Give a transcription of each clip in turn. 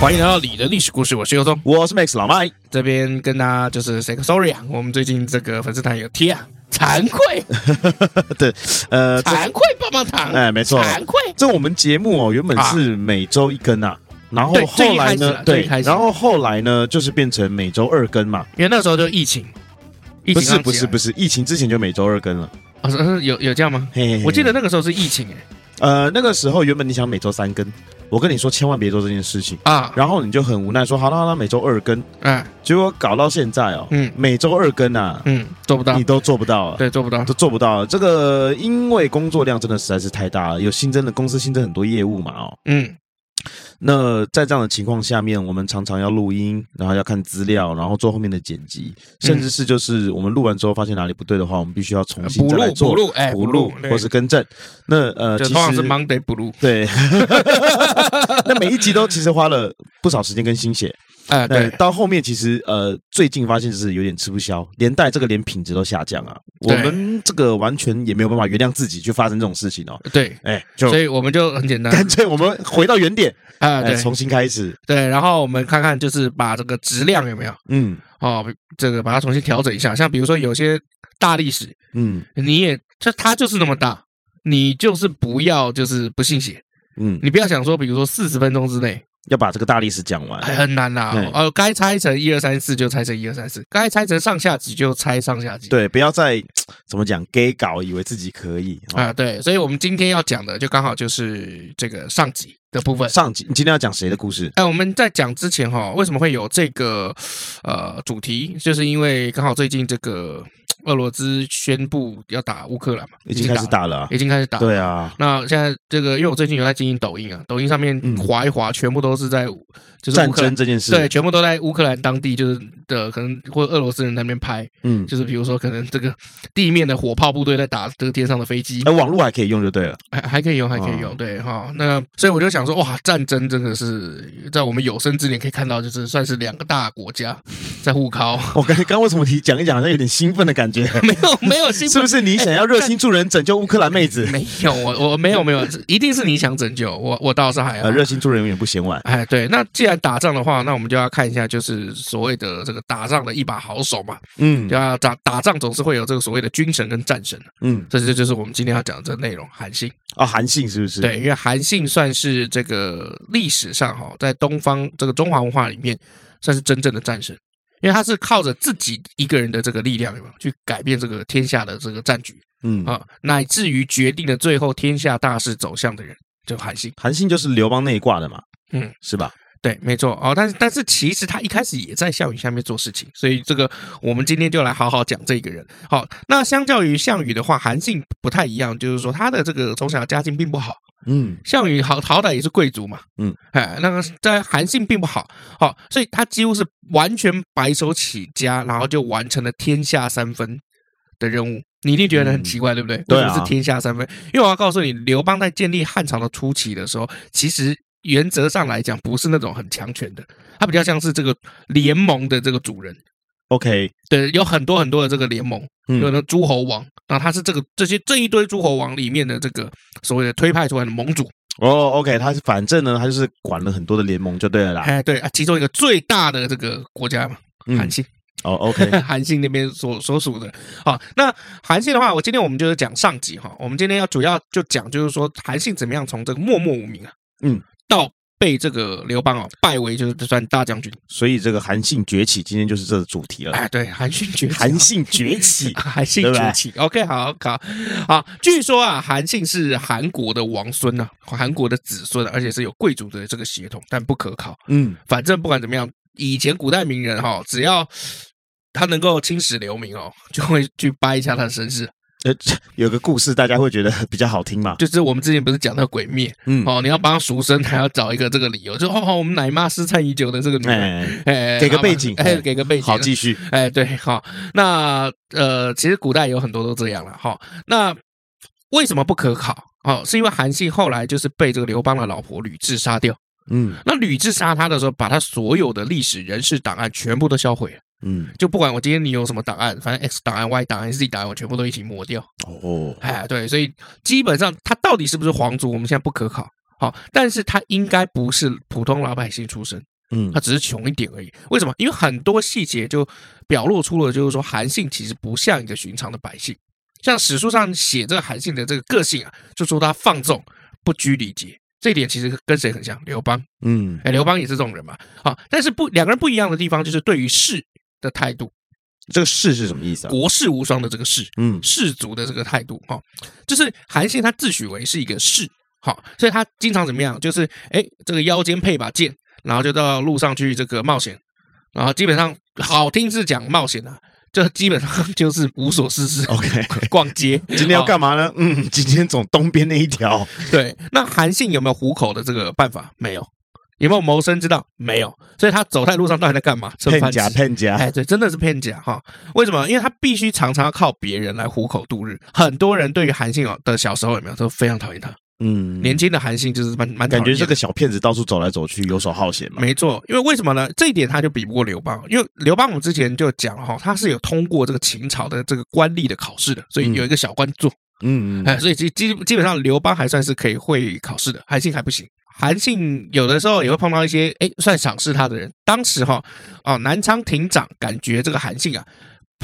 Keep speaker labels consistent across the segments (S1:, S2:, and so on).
S1: 欢迎来到你的历史故事，我是尤东，
S2: 我是 Max 老麦，
S1: 这边跟大家就是 say sorry 啊，我们最近这个粉丝团有贴啊，惭 愧，
S2: 对，呃，这
S1: 惭愧棒棒糖，
S2: 哎，没错，
S1: 惭愧，
S2: 这我们节目哦，原本是每周一更啊。然后
S1: 对最
S2: 后
S1: 一
S2: 来
S1: 开始
S2: 呢
S1: 啊？最
S2: 对
S1: 一开，始
S2: 然后后来呢，就是变成每周二更嘛？
S1: 因为那时候就疫情，疫
S2: 不
S1: 情
S2: 是不是不
S1: 是，
S2: 是，疫情之前就每周二更了。
S1: 哦是是有有这样吗？
S2: 嘿嘿嘿
S1: 我记得那个时候是疫情哎、
S2: 呃，那个时候原本你想每周三更，我跟你说千万别做这件事情，
S1: 啊，
S2: 然后你就很无奈说好，那那每周二更，
S1: 哎，
S2: 结果搞到现在哦，
S1: 嗯
S2: 每周二更啊，
S1: 嗯，做不到
S2: 你，都做不到啊，
S1: 对，做不到，
S2: 都做不到。啊这个因为工作量真的实在是太大了，有新增的公司新增很多业务嘛哦。
S1: 嗯，
S2: 那在这样的情况下面，我们常常要录音，然后要看资料，然后做后面的剪辑，
S1: 嗯
S2: 甚至是就是我们录完之后发现哪里不对的话，我们必须要重新
S1: 补
S2: 再来
S1: 录
S2: 做
S1: 补录，哎，
S2: 补录
S1: 对
S2: 或是更正。那呃，
S1: 就
S2: 其
S1: 通常是
S2: 实
S1: Monday 补录，
S2: 对， 那每一集都其实花了不少时间跟心血。
S1: 哎，
S2: 对，
S1: 对，
S2: 到后面其实呃，最近发现是有点吃不消，连带这个连品质都下降啊。我
S1: 对
S2: 们这个完全也没有办法原谅自己去发生这种事情哦。
S1: 对，
S2: 哎，就
S1: 所以我们就很简单
S2: 干脆我们回到原点，
S1: 啊，
S2: 哎，
S1: 对
S2: 重新开始。
S1: 对，然后我们看看就是把这个质量有没有
S2: 嗯
S1: 哦，这个把它重新调整一下，像比如说有些大历史，
S2: 嗯
S1: 你也这它就是那么大，你就是不要就是不信邪，
S2: 嗯，
S1: 你不要想说，比如说四十分钟之内。
S2: 要把这个大历史讲
S1: 哎，
S2: 完。
S1: 很难啦
S2: 对。
S1: 呃，该拆成一二三四就拆成一二三四，该拆成上下集就拆上下集。
S2: 对，不要再怎么讲 gay 搞，以为自己可以啊。
S1: 啊，对，所以我们今天要讲的就刚好就是这个上集的部分。
S2: 上集你今天要讲谁的故事？
S1: 哎，我们在讲之前哈、为什么会有这个呃主题？就是因为刚好最近这个俄罗斯宣布要打乌克兰嘛，
S2: 已经开始
S1: 打
S2: 打了啊
S1: 了，。已经开始打。
S2: 对啊，
S1: 那现在这个，因为我最近有在经营抖音啊，抖音上面
S2: 嗯
S1: 划一划，全部都是在就是乌
S2: 战
S1: 克兰
S2: 争这件事。
S1: 对，，全部都在乌克兰当地，就是的可能或俄罗斯人在那边拍，
S2: 嗯，
S1: 就是比如说可能这个地面的火炮部队在打这个天上的飞机，
S2: 哎，网络还可以用就对了。
S1: 还还可
S2: 啊
S1: 以用，还可以用，对哈。那所以我就想说，哇，战争真的是在我们有生之年可以看到，就是算是两个大国家在互靠，
S2: 我刚刚为什么提讲一讲，好像有点兴奋的感觉？
S1: 没有没有兴
S2: 是
S1: 奋
S2: 不。是你想要热心助人，拯救乌克兰妹子？
S1: 哎没有，我我没有没有，一定是你想拯救我，我倒是还好
S2: 呃，。热心助人永远不嫌晚。
S1: 哎，对，那既然打仗的话，那我们就要看一下，就是所谓的这个打仗的一把好手嘛。
S2: 嗯
S1: 就要打打仗总是会有这个所谓的军神跟战神，
S2: 嗯，
S1: 这这就是我们今天要讲的这个内容。韩信，
S2: 哦，韩信是不是？
S1: 对，因为韩信算是这个历史上哈，在东方这个中华文化里面算是真正的战神，因为他是靠着自己一个人的这个力量，有没有去改变这个天下的这个战局
S2: 嗯，
S1: 啊，乃至于决定了最后天下大势走向的人，就韩信。
S2: 韩信就是刘邦内挂的嘛，
S1: 嗯，
S2: 是吧？
S1: 对，没错哦，但是但是其实他一开始也在项羽下面做事情，所以这个我们今天就来好好讲这个人。好，那相较于项羽的话，韩信不太一样，就是说他的这个从小家境并不好，
S2: 嗯
S1: 项羽好好歹也是贵族嘛，
S2: 嗯，
S1: 哎，那个在韩信并不好，好、所以他几乎是完全白手起家，然后就完成了天下三分的任务。你一定觉得很奇怪，对不对？
S2: 对啊
S1: 为什么是天下三分？因为我要告诉你，刘邦在建立汉朝的初期的时候，其实原则上来讲不是那种很强权的，他比较像是这个联盟的这个主人。
S2: ，OK，
S1: 对，有很多很多的这个联盟，有
S2: 嗯
S1: 的诸侯王，那他是这个这些这一堆诸侯王里面的这个所谓的推派出来的盟主。
S2: 哦，OK，他是反正呢，他就是管了很多的联盟就对了啦。
S1: 哎，对啊，其中一个最大的这个国家嘛，韩
S2: 嗯，
S1: 信，
S2: 哦，OK，
S1: 韩信那边所所属的。好，那韩信的话，我今天我们就是讲上集哈，我们今天要主要就讲就是说韩信怎么样从这个默默无名啊，
S2: 嗯，
S1: 到被这个刘邦哦拜为就是算大将军。
S2: 所以这个韩信崛起今天就是这个主题了。
S1: 哎，对，韩信崛起啊，，
S2: 韩信崛起
S1: 韩信
S2: 对不对
S1: 崛起。OK，好，好，好。据说啊，韩信是韩国的王孙啊，韩国的子孙，而且是有贵族的这个血统，但不可考。
S2: 嗯
S1: 反正不管怎么样，以前古代名人哈、只要他能够青史留名哦，就会去掰一下他的身世。
S2: 呃，有个故事大家会觉得比较好听嘛，
S1: 就是我们之前不是讲到鬼灭
S2: 嗯，
S1: 哦，你要帮他赎身，还要找一个这个理由，就哦哦，我们奶妈失散已久的这个女人，
S2: 哎，
S1: 哎，
S2: 给个
S1: 然后把
S2: 背景
S1: 哎，给个背景，
S2: 好继续，
S1: 哎，对，好，那呃，其实古代有很多都这样了，哈。那为什么不可考？哦，是因为韩信后来就是被这个刘邦的老婆吕雉杀掉。
S2: 嗯
S1: 那吕雉杀他的时候，把他所有的历史人事档案全部都销毁了，
S2: 嗯，
S1: 就不管我今天你有什么档案，反正 X 档案、Y 档案、Z 档案，我全部都一起抹掉。
S2: 哦，
S1: 哎，对，所以基本上他到底是不是皇族，我们现在不可考。好，但是他应该不是普通老百姓出身。
S2: 嗯
S1: 他只是穷一点而已。为什么？因为很多细节就表露出了，就是说韩信其实不像一个寻常的百姓。像史书上写这个韩信的这个个性啊，就说他放纵、不拘礼节，这一点其实跟谁很像？刘邦，
S2: 嗯
S1: 哎，刘邦也是这种人嘛。好，但是不两个人不一样的地方就是对于事的态度，
S2: 这个士是什么意思啊？
S1: 国士无双的这个事，
S2: 嗯
S1: 士族的这个态度哈、哦，就是韩信他自诩为是一个士，好、所以他经常怎么样，就是哎，这个腰间配把剑，然后就到路上去这个冒险，然后基本上好听是讲冒险啊，这基本上 就是无所事事，
S2: ，OK，
S1: 逛街。
S2: 今天要
S1: 哦
S2: 干嘛呢？嗯，今天走东边那一 条，
S1: 对，那韩信有没有糊口的这个办法？没有，有没有谋生之道？没有，所以他走在路上到底在干嘛？吃
S2: 骗
S1: 饭
S2: 家
S1: 吃
S2: 骗家，
S1: 哎，对，真的是骗假哈。为什么？因为他必须常常要靠别人来糊口度日。很多人对于韩信哦的小时候有没有都非常讨厌他。
S2: 嗯，
S1: 年轻的韩信就是蛮蛮讨
S2: 感觉
S1: 厌
S2: 这
S1: 的
S2: 个小骗子到处走来走去，游手好闲嘛，
S1: 没错，因为为什么呢？这一点他就比不过刘邦，因为刘邦我们之前就讲了哈，他是有通过这个秦朝的这个官吏的考试的，所以有一个小官做，
S2: 嗯，
S1: 哎，所以基基基本上刘邦还算是可以会考试的，韩信还不行。韩信有的时候也会碰到一些哎算赏识他的人。当时哈哦，南昌亭长感觉这个韩信啊，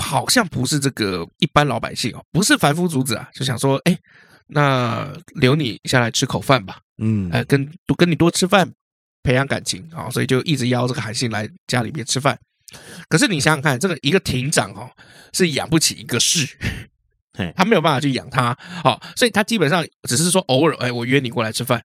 S1: 好像不是这个一般老百姓哦，不是凡夫俗子啊，就想说哎，那留你下来吃口饭吧，
S2: 嗯
S1: 哎，跟多跟你多吃饭，培养感情啊、哦，所以就一直邀这个韩信来家里面吃饭。可是你想想看，这个一个亭长哦，是养不起一个士
S2: 嘿，
S1: 他没有办法去养他，好、所以他基本上只是说偶尔，哎，我约你过来吃饭。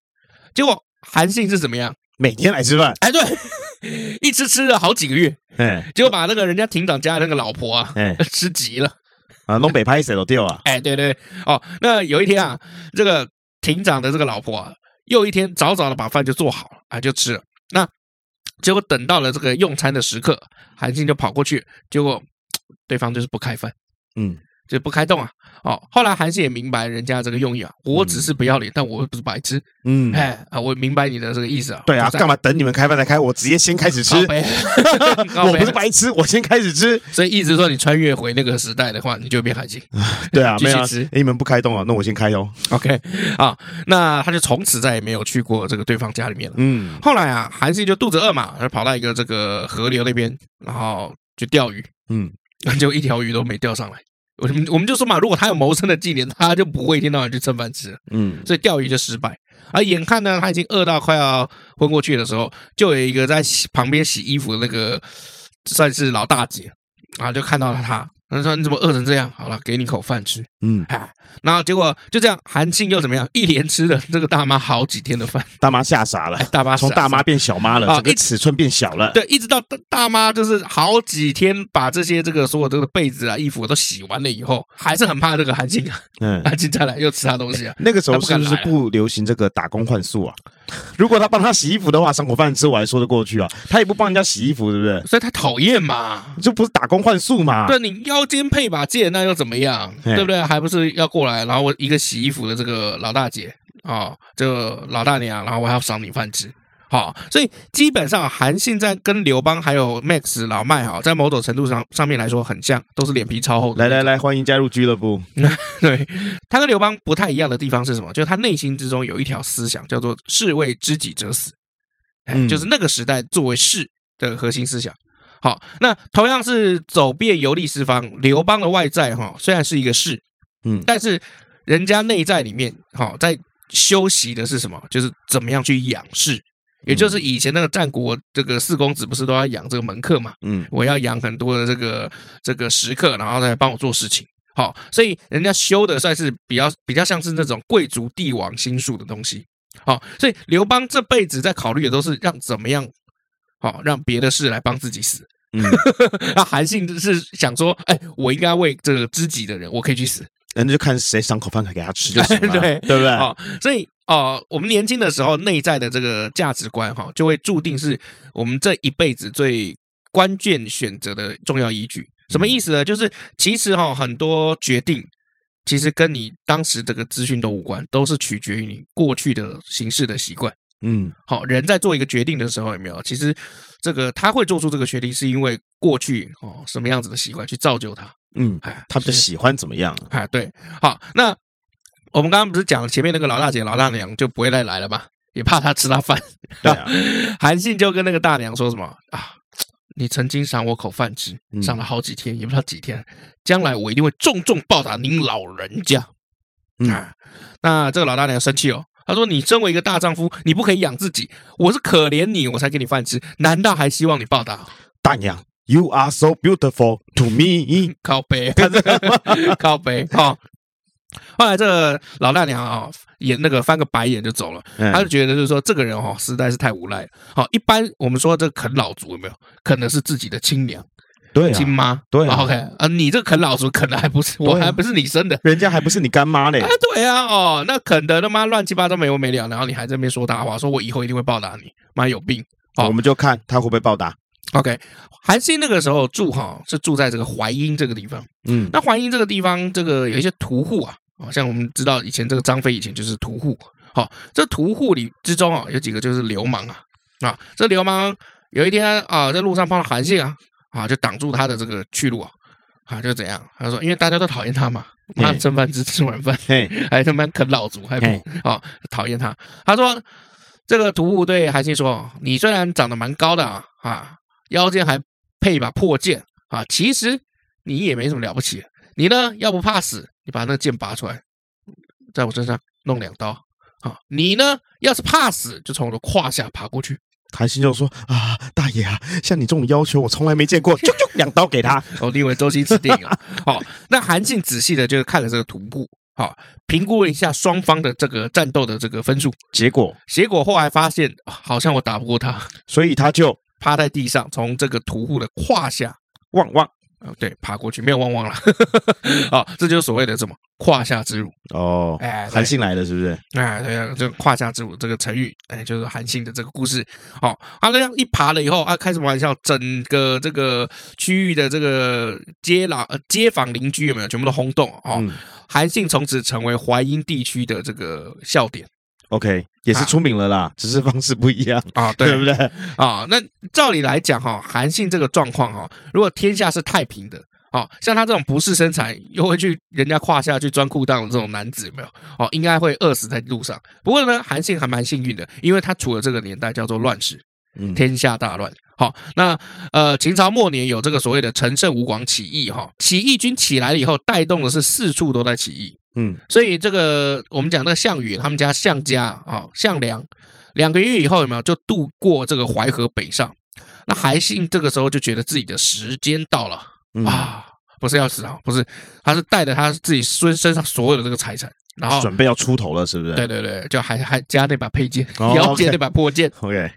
S1: 结果韩信是怎么样？
S2: 每天来吃饭，
S1: 哎，对， 一吃吃了好几个月，
S2: 哎
S1: 结果把那个人家亭长家的那个老婆啊，
S2: 哎
S1: 吃急了。
S2: 啊，东北拍谁都掉啊，
S1: 哎，对对对哦，那有一天啊，这个庭长的这个老婆啊，又一天早早的把饭就做好了啊，就吃了。那结果等到了这个用餐的时刻，韩信就跑过去，结果对方就是不开饭，
S2: 嗯
S1: 就不开动啊。哦，后来韩信也明白人家这个用意啊，我只是不要脸，但我又不是白痴，
S2: 嗯，
S1: 哎啊，我明白你的这个意思啊。
S2: 对啊，
S1: 就在
S2: 干嘛等你们开饭才开？我直接先开始吃
S1: 靠，背靠
S2: 我
S1: 背
S2: 不是白痴，我先开始吃。
S1: 所以一直说你穿越回那个时代的话，你就会变韩信。
S2: 对啊，
S1: 继
S2: 没
S1: 续
S2: 有啊
S1: 吃
S2: 诶你们不开动啊，那我先开哦。
S1: OK 啊，那他就从此再也没有去过这个对方家里面了。
S2: 嗯
S1: 后来啊，韩信就肚子饿嘛，就跑到一个这个河流那边，然后就钓鱼，
S2: 嗯，
S1: 就一条鱼都没钓上来。我们我们就说嘛，如果他有谋生的技能，他就不会一天到晚去蹭饭吃了，
S2: 嗯，
S1: 所以钓鱼就失败。而眼看呢，他已经饿到快要昏过去的时候，就有一个在洗旁边洗衣服的那个算是老大姐啊，就看到了他，他说：“你怎么饿成这样？好了，给你口饭吃。”
S2: 嗯，
S1: 哎，然后结果就这样，韩信又怎么样？ 一连吃了这个大妈好几天的饭，
S2: 大妈吓傻了
S1: 哎，，大妈
S2: 从
S1: 傻
S2: 大
S1: 傻
S2: 妈变小妈了，
S1: 啊
S2: 整个
S1: 一
S2: 尺寸变小了。
S1: 对，一直到大大妈就是好几天把这些这个所有这个被子啊、衣服都洗完了以后，还是很怕这个韩信啊，
S2: 嗯，
S1: 韩信再来又吃他东西啊。
S2: 那个时候是不是
S1: 他不敢来啊
S2: 不流行这个打工换宿啊？ 如果他帮他洗衣服的话，赏口饭吃我还说得过去啊。他也不帮人家洗衣服，对不对？
S1: 所以他讨厌嘛，
S2: 这不是打工换宿嘛？
S1: 对你腰间配把剑，那又怎么样？
S2: 哎
S1: 对不对？还不是要过来，然后我一个洗衣服的这个老大姐啊、哦，就老大娘，然后我还要赏你饭吃。好，所以基本上韩信在跟刘邦还有 Max 老麦哈，在某种程度上上面来说很像，都是脸皮超厚的。
S2: 来来来，欢迎加入俱乐部。
S1: 对，他跟刘邦不太一样的地方是什么？就是他内心之中有一条思想，叫做“士为知己者死”，哎
S2: 嗯
S1: 就是那个时代作为士的核心思想。好，那同样是走遍游历四方，刘邦的外在哈、虽然是一个士，
S2: 嗯
S1: 但是人家内在里面哈、在修习的是什么？就是怎么样去养士，
S2: 嗯
S1: 也就是以前那个战国这个四公子不是都要养这个门客嘛？
S2: 嗯
S1: 我要养很多的这个这个食客，然后再帮我做事情。好，所以人家修的算是比较比较像是那种贵族帝王心术的东西。好，所以刘邦这辈子在考虑的都是让怎么样，好让别的事来帮自己死。
S2: 嗯，
S1: 那韩信是想说，哎，我应该为这个知己的人，我可以去死。
S2: 那就看谁赏口饭给他吃就行了，
S1: 对
S2: 对不对？
S1: 哦，所以哦、呃我们年轻的时候内在的这个价值观哈、就会注定是我们这一辈子最关键选择的重要依据。什么意思呢？就是其实哈、很多决定其实跟你当时这个资讯都无关，都是取决于你过去的行事的习惯。
S2: 嗯
S1: 好、人在做一个决定的时候，有没有？其实这个他会做出这个决定，是因为过去哦什么样子的习惯去造就他。
S2: 嗯，
S1: 哎，
S2: 他比较
S1: 是
S2: 喜欢怎么样？
S1: 哎，对，好，那我们刚刚不是讲了前面那个老大姐、老大娘就不会再来了嘛，也怕她吃她饭。
S2: 对啊，
S1: 韩信就跟那个大娘说什么啊？你曾经赏我口饭吃，
S2: 嗯
S1: 赏了好几天，也不知道几天，将来我一定会重重报答您老人家。
S2: 嗯
S1: 啊，那这个老大娘生气哦，她说：“你身为一个大丈夫，你不可以养自己，我是可怜你，我才给你饭吃，难道还希望你报答？
S2: 大娘，You are so beautiful to me。
S1: 靠背，靠背，好、后来这个老大娘啊、也那个翻个白眼就走了，他就
S2: 嗯
S1: 觉得就是说这个人哦实在是太无赖了。好，一般我们说这个啃老族有没有可能是自己的亲娘、
S2: 对
S1: 亲
S2: 啊，
S1: 妈？
S2: 对啊
S1: 啊，OK 啊，你这个啃老族啃的还不是我
S2: 对啊
S1: 还不是你生的。
S2: 人家还不是你干妈嘞
S1: 啊？，对啊，哦，那啃的他妈乱七八糟没完没了，然后你还在那边说大话，说我以后一定会报答你，妈有病。好
S2: 我们就看他会不会报答。
S1: OK，韩信那个时候住哈是住在这个淮阴这个地方，
S2: 嗯
S1: 那淮阴这个地方，这个有一些屠户啊，好像我们知道以前这个张飞以前就是屠户。好，这屠户里之中啊，有几个就是流氓啊啊，这流氓有一天啊，在路上碰到韩信啊啊，就挡住他的这个去路啊啊，就怎样？他说，因为大家都讨厌他嘛，妈
S2: 嗯
S1: 剩饭吃吃晚饭，
S2: 嘿，
S1: 还他妈啃老族，还不
S2: 嘿
S1: 啊讨厌他。他说，这个屠户对韩信说，你虽然长得蛮高的啊啊，腰间还配一把破剑啊，其实你也没什么了不起。你呢，要不怕死，你把那个剑拔出来，在我身上弄两刀啊。你呢，要是怕死，就从我的胯下爬过去。
S2: 韩信就说啊，大爷啊，像你这种要求我从来没见过，就就两刀给他。
S1: 哦，你以为周星驰电影啊？好，那韩信仔细的就是看了这个图谱，好，评估了一下双方的这个战斗的这个分数，
S2: 结果，
S1: 结果后来发现，啊好像我打不过他，
S2: 所以他就
S1: 趴在地上，从这个屠户的胯下，
S2: 旺旺
S1: 呃，对，爬过去，没有汪汪了，
S2: 嗯
S1: 好，这就是所谓的什么胯下之辱，
S2: 哦，
S1: 哎，
S2: 韩信来了是不是？
S1: 哎，对啊，这个胯下之辱这个成语，哎，就是韩信的这个故事。好、哦，啊，这样一爬了以后啊，开什么玩笑？整个这个区域的这个街老、呃、街坊邻居有没有全部都轰动哦？
S2: 嗯
S1: 韩信从此成为淮阴地区的这个笑点
S2: ，OK，也是出名了啦，只是方式不一样，
S1: 啊，
S2: 对不
S1: 不对？
S2: 对？
S1: 啊、那照理来讲哈、韩信这个状况哈、如果天下是太平的。哦，像他这种不是身材，又会去人家胯下去钻裤裆的这种男子，有没有？哦，应该会饿死在路上。不过呢，韩信还蛮幸运的，因为他处了这个年代叫做乱世，
S2: 嗯，
S1: 天下大乱。好，那呃，秦朝末年有这个所谓的陈胜吴广起义哈，起义军起来了以后，带动的是四处都在起义，
S2: 嗯
S1: 所以这个我们讲那个项羽他们家项家啊，项梁，两个月以后有没有就渡过这个淮河北上？那韩信这个时候就觉得自己的时间到了
S2: 嗯，
S1: 啊，不是要死啊，不是，他是带着他自己身身上所有的这个财产，然后
S2: 准备要出头了，是不是？
S1: 对对对，就还还加那把佩剑，
S2: 哦
S1: 腰间
S2: OK
S1: 那把破剑。
S2: ，OK，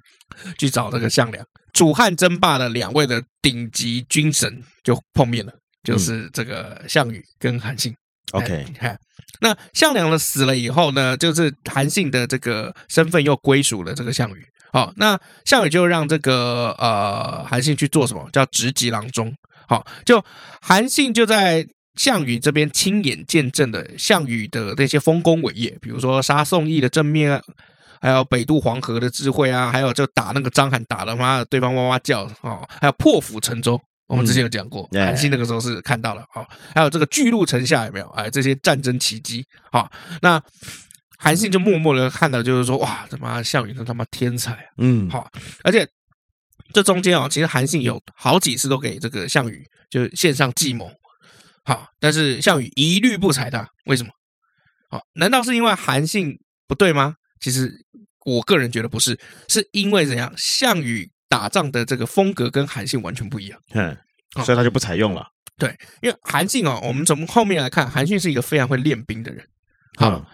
S1: 去找这个项梁。楚汉争霸的两位的顶级军神就碰面了，
S2: 嗯
S1: 就是这个项羽跟韩信。
S2: OK，
S1: 哎哎那项梁呢死了以后呢，就是韩信的这个身份又归属了这个项羽。好，那项羽就让这个呃韩信去做什么？叫直击郎中。好，就韩信就在项羽这边亲眼见证了项羽的那些丰功伟业，比如说杀宋义的正面啊，还有北渡黄河的智慧啊，还有就打那个章邯打的妈的对方哇哇叫哦，还有破釜沉舟，我们之前有讲过，
S2: 嗯
S1: 韩信那个时候是看到了哦，还有这个巨鹿城下有没有？哎，这些战争奇迹好，哦那韩信就默默的看到，就是说哇，他妈项羽他他妈天才啊！
S2: 嗯，
S1: 好，而且这中间哦，其实韩信有好几次都给这个项羽就是线上计谋，好，但是项羽一律不采纳，为什么？好，难道是因为韩信不对吗？其实我个人觉得不是，是因为怎样？项羽打仗的这个风格跟韩信完全不一样。
S2: 嗯，
S1: 好
S2: 所以他就不采用了。
S1: 因为韩信哦，
S2: 嗯
S1: 我们从后面来看，韩信是一个非常会练兵的人。好
S2: 嗯，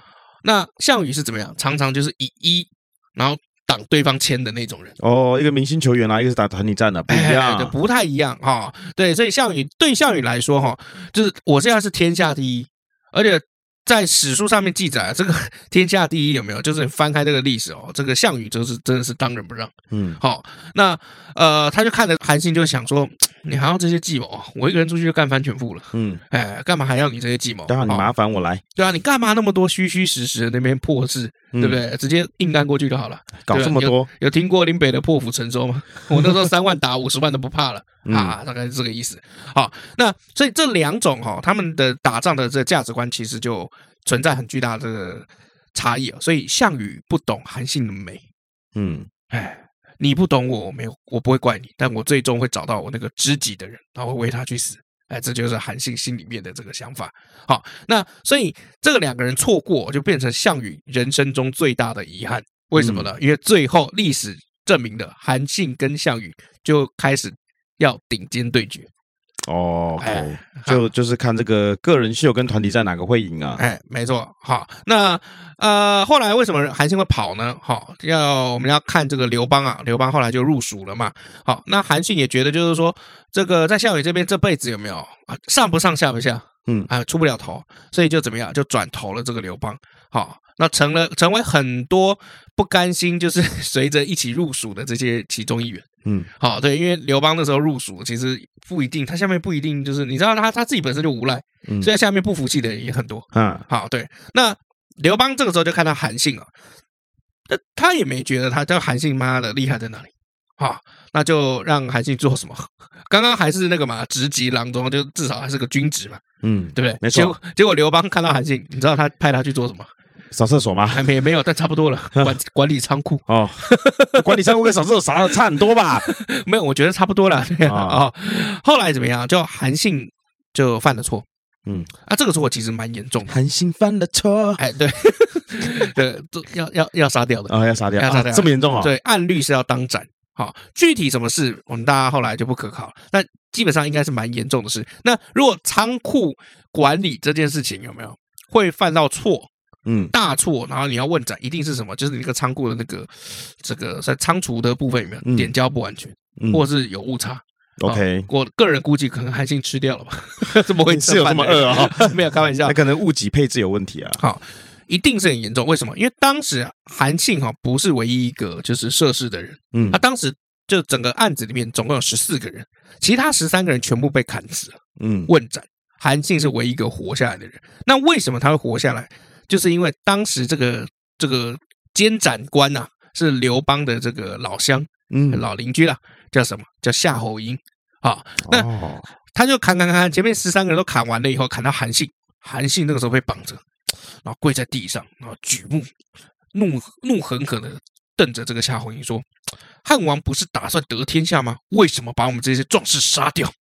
S1: 那项羽是怎么样？常常就是以一，然后挡对方签的那种人。
S2: 哦，一个明星球员啦、一个是打团体战的、不一
S1: 哎，对
S2: 样。
S1: 不太一样哈、对，所以项羽对项羽来说哈、就是我现在是天下第一，而且在史书上面记载啊，这个 天下第一有没有？就是你翻开这个历史哦，这个项羽就是真的是当仁不让。
S2: 嗯，
S1: 好、那呃，他就看着韩信，就想说，你还要这些计谋啊？我一个人出去就干翻全部了，
S2: 嗯，
S1: 哎，干嘛还要你这些计谋？
S2: 待会你
S1: 哦好
S2: 麻烦我来，
S1: 对啊，你干嘛那么多虚虚实实的那边破事，
S2: 嗯
S1: 对不？对？直接硬干过去就好了。
S2: 搞这么多，
S1: 有听过林北的破釜沉舟吗？我那时候三万打五十万都不怕了
S2: 嗯
S1: 啊，大概是这个意思。好，那所以这两种哈、哦，他们的打仗的这价值观其实就存在很巨大的这个差异哦。所以项羽不懂韩信的美，
S2: 嗯，
S1: 哎，你不懂我，我没有，我不会怪你，但我最终会找到我那个知己的人，然后会为他去死。哎，这就是韩信心里面的这个想法。好，那所以这个两个人错过，就变成项羽人生中最大的遗憾。为什么呢？因为最后历史证明了，韩信跟项羽就开始要顶尖对决。
S2: 哦，OK，
S1: 哎
S2: 就就是看这个个人秀跟团体战哪个会赢啊？
S1: 哎，没错，好，那呃，后来为什么韩信会跑呢？好、要我们要看这个刘邦啊，刘邦后来就入蜀了嘛。好，那韩信也觉得就是说，这个在项羽这边这辈子有没有啊上不上下不下，
S2: 嗯
S1: 啊，出不了头，所以就怎么样，就转投了这个刘邦。好、那成了成为很多不甘心，就是 随着一起入蜀的这些其中一员。
S2: 嗯，
S1: 好，对，因为刘邦那时候入蜀，其实不一定，他下面不一定就是你知道他他自己本身就无赖，
S2: 嗯
S1: 所以他下面不服气的人也很多。
S2: 啊，
S1: 好，对，那刘邦这个时候就看到韩信了，那他也没觉得他叫韩信妈的厉害在哪里，好，那就让韩信做什么？ 刚刚还是那个嘛，直级郎中，就至少还是个军职嘛，
S2: 嗯，
S1: 对不对？
S2: 没错
S1: 结果结果刘邦看到韩信，你知道他派他去做什么？
S2: 扫厕所吗？
S1: 还没没有，但差不多 了，管管理仓库。
S2: 哦， 管理上会跟扫厕所啥差很多吧？
S1: 没有，我觉得差不多了。对啊、
S2: 啊
S1: 哦，后来怎么样？就韩信就犯了错。
S2: 嗯，
S1: 啊，这个错其实蛮严重的。
S2: 韩信犯了错，
S1: 哎， 对，对，这要要要杀掉的。
S2: 啊，要杀掉，
S1: 要杀
S2: 啊
S1: 掉
S2: 这么严重啊？，
S1: 对，按律是要当斩。好，具体什么事，我们大家后来就不可考了。但基本上应该是蛮严重的事。那如果仓库管理这件事情有没有会犯到错
S2: 嗯
S1: 大错，然后你要问斩，一定是什么？就是你那个仓库的那个这个在仓储的部分有没
S2: 嗯
S1: 有点交不完全，
S2: 嗯
S1: 或者是有误差？
S2: ，OK，
S1: 我个人估计可能韩信吃掉了吧？ 怎么会
S2: 你是有这么饿啊？
S1: 没有开玩笑
S2: 那，可能物己配置有问题啊。
S1: 好，一定是很严重。为什么？因为当时韩信哈不是唯一一个就是涉事的人，
S2: 嗯
S1: 他当时就整个案子里面总共有十四个人，其他十三个人全部被砍死了，
S2: 嗯
S1: 问斩。韩信是唯一一个活下来的人。那为什么他会活下来？就是因为当时这个这个监斩官呐、是刘邦的这个老乡、
S2: 嗯，
S1: 老邻居啦，叫什么？叫夏侯婴啊。那
S2: 哦
S1: 他就砍砍砍，前面十三个人都砍完了以后，砍到韩信，韩信那个时候被绑着，然后跪在地上，然后举目怒怒狠狠的瞪着这个夏侯婴说：“汉王不是打算得天下吗？为什么把我们这些壮士杀掉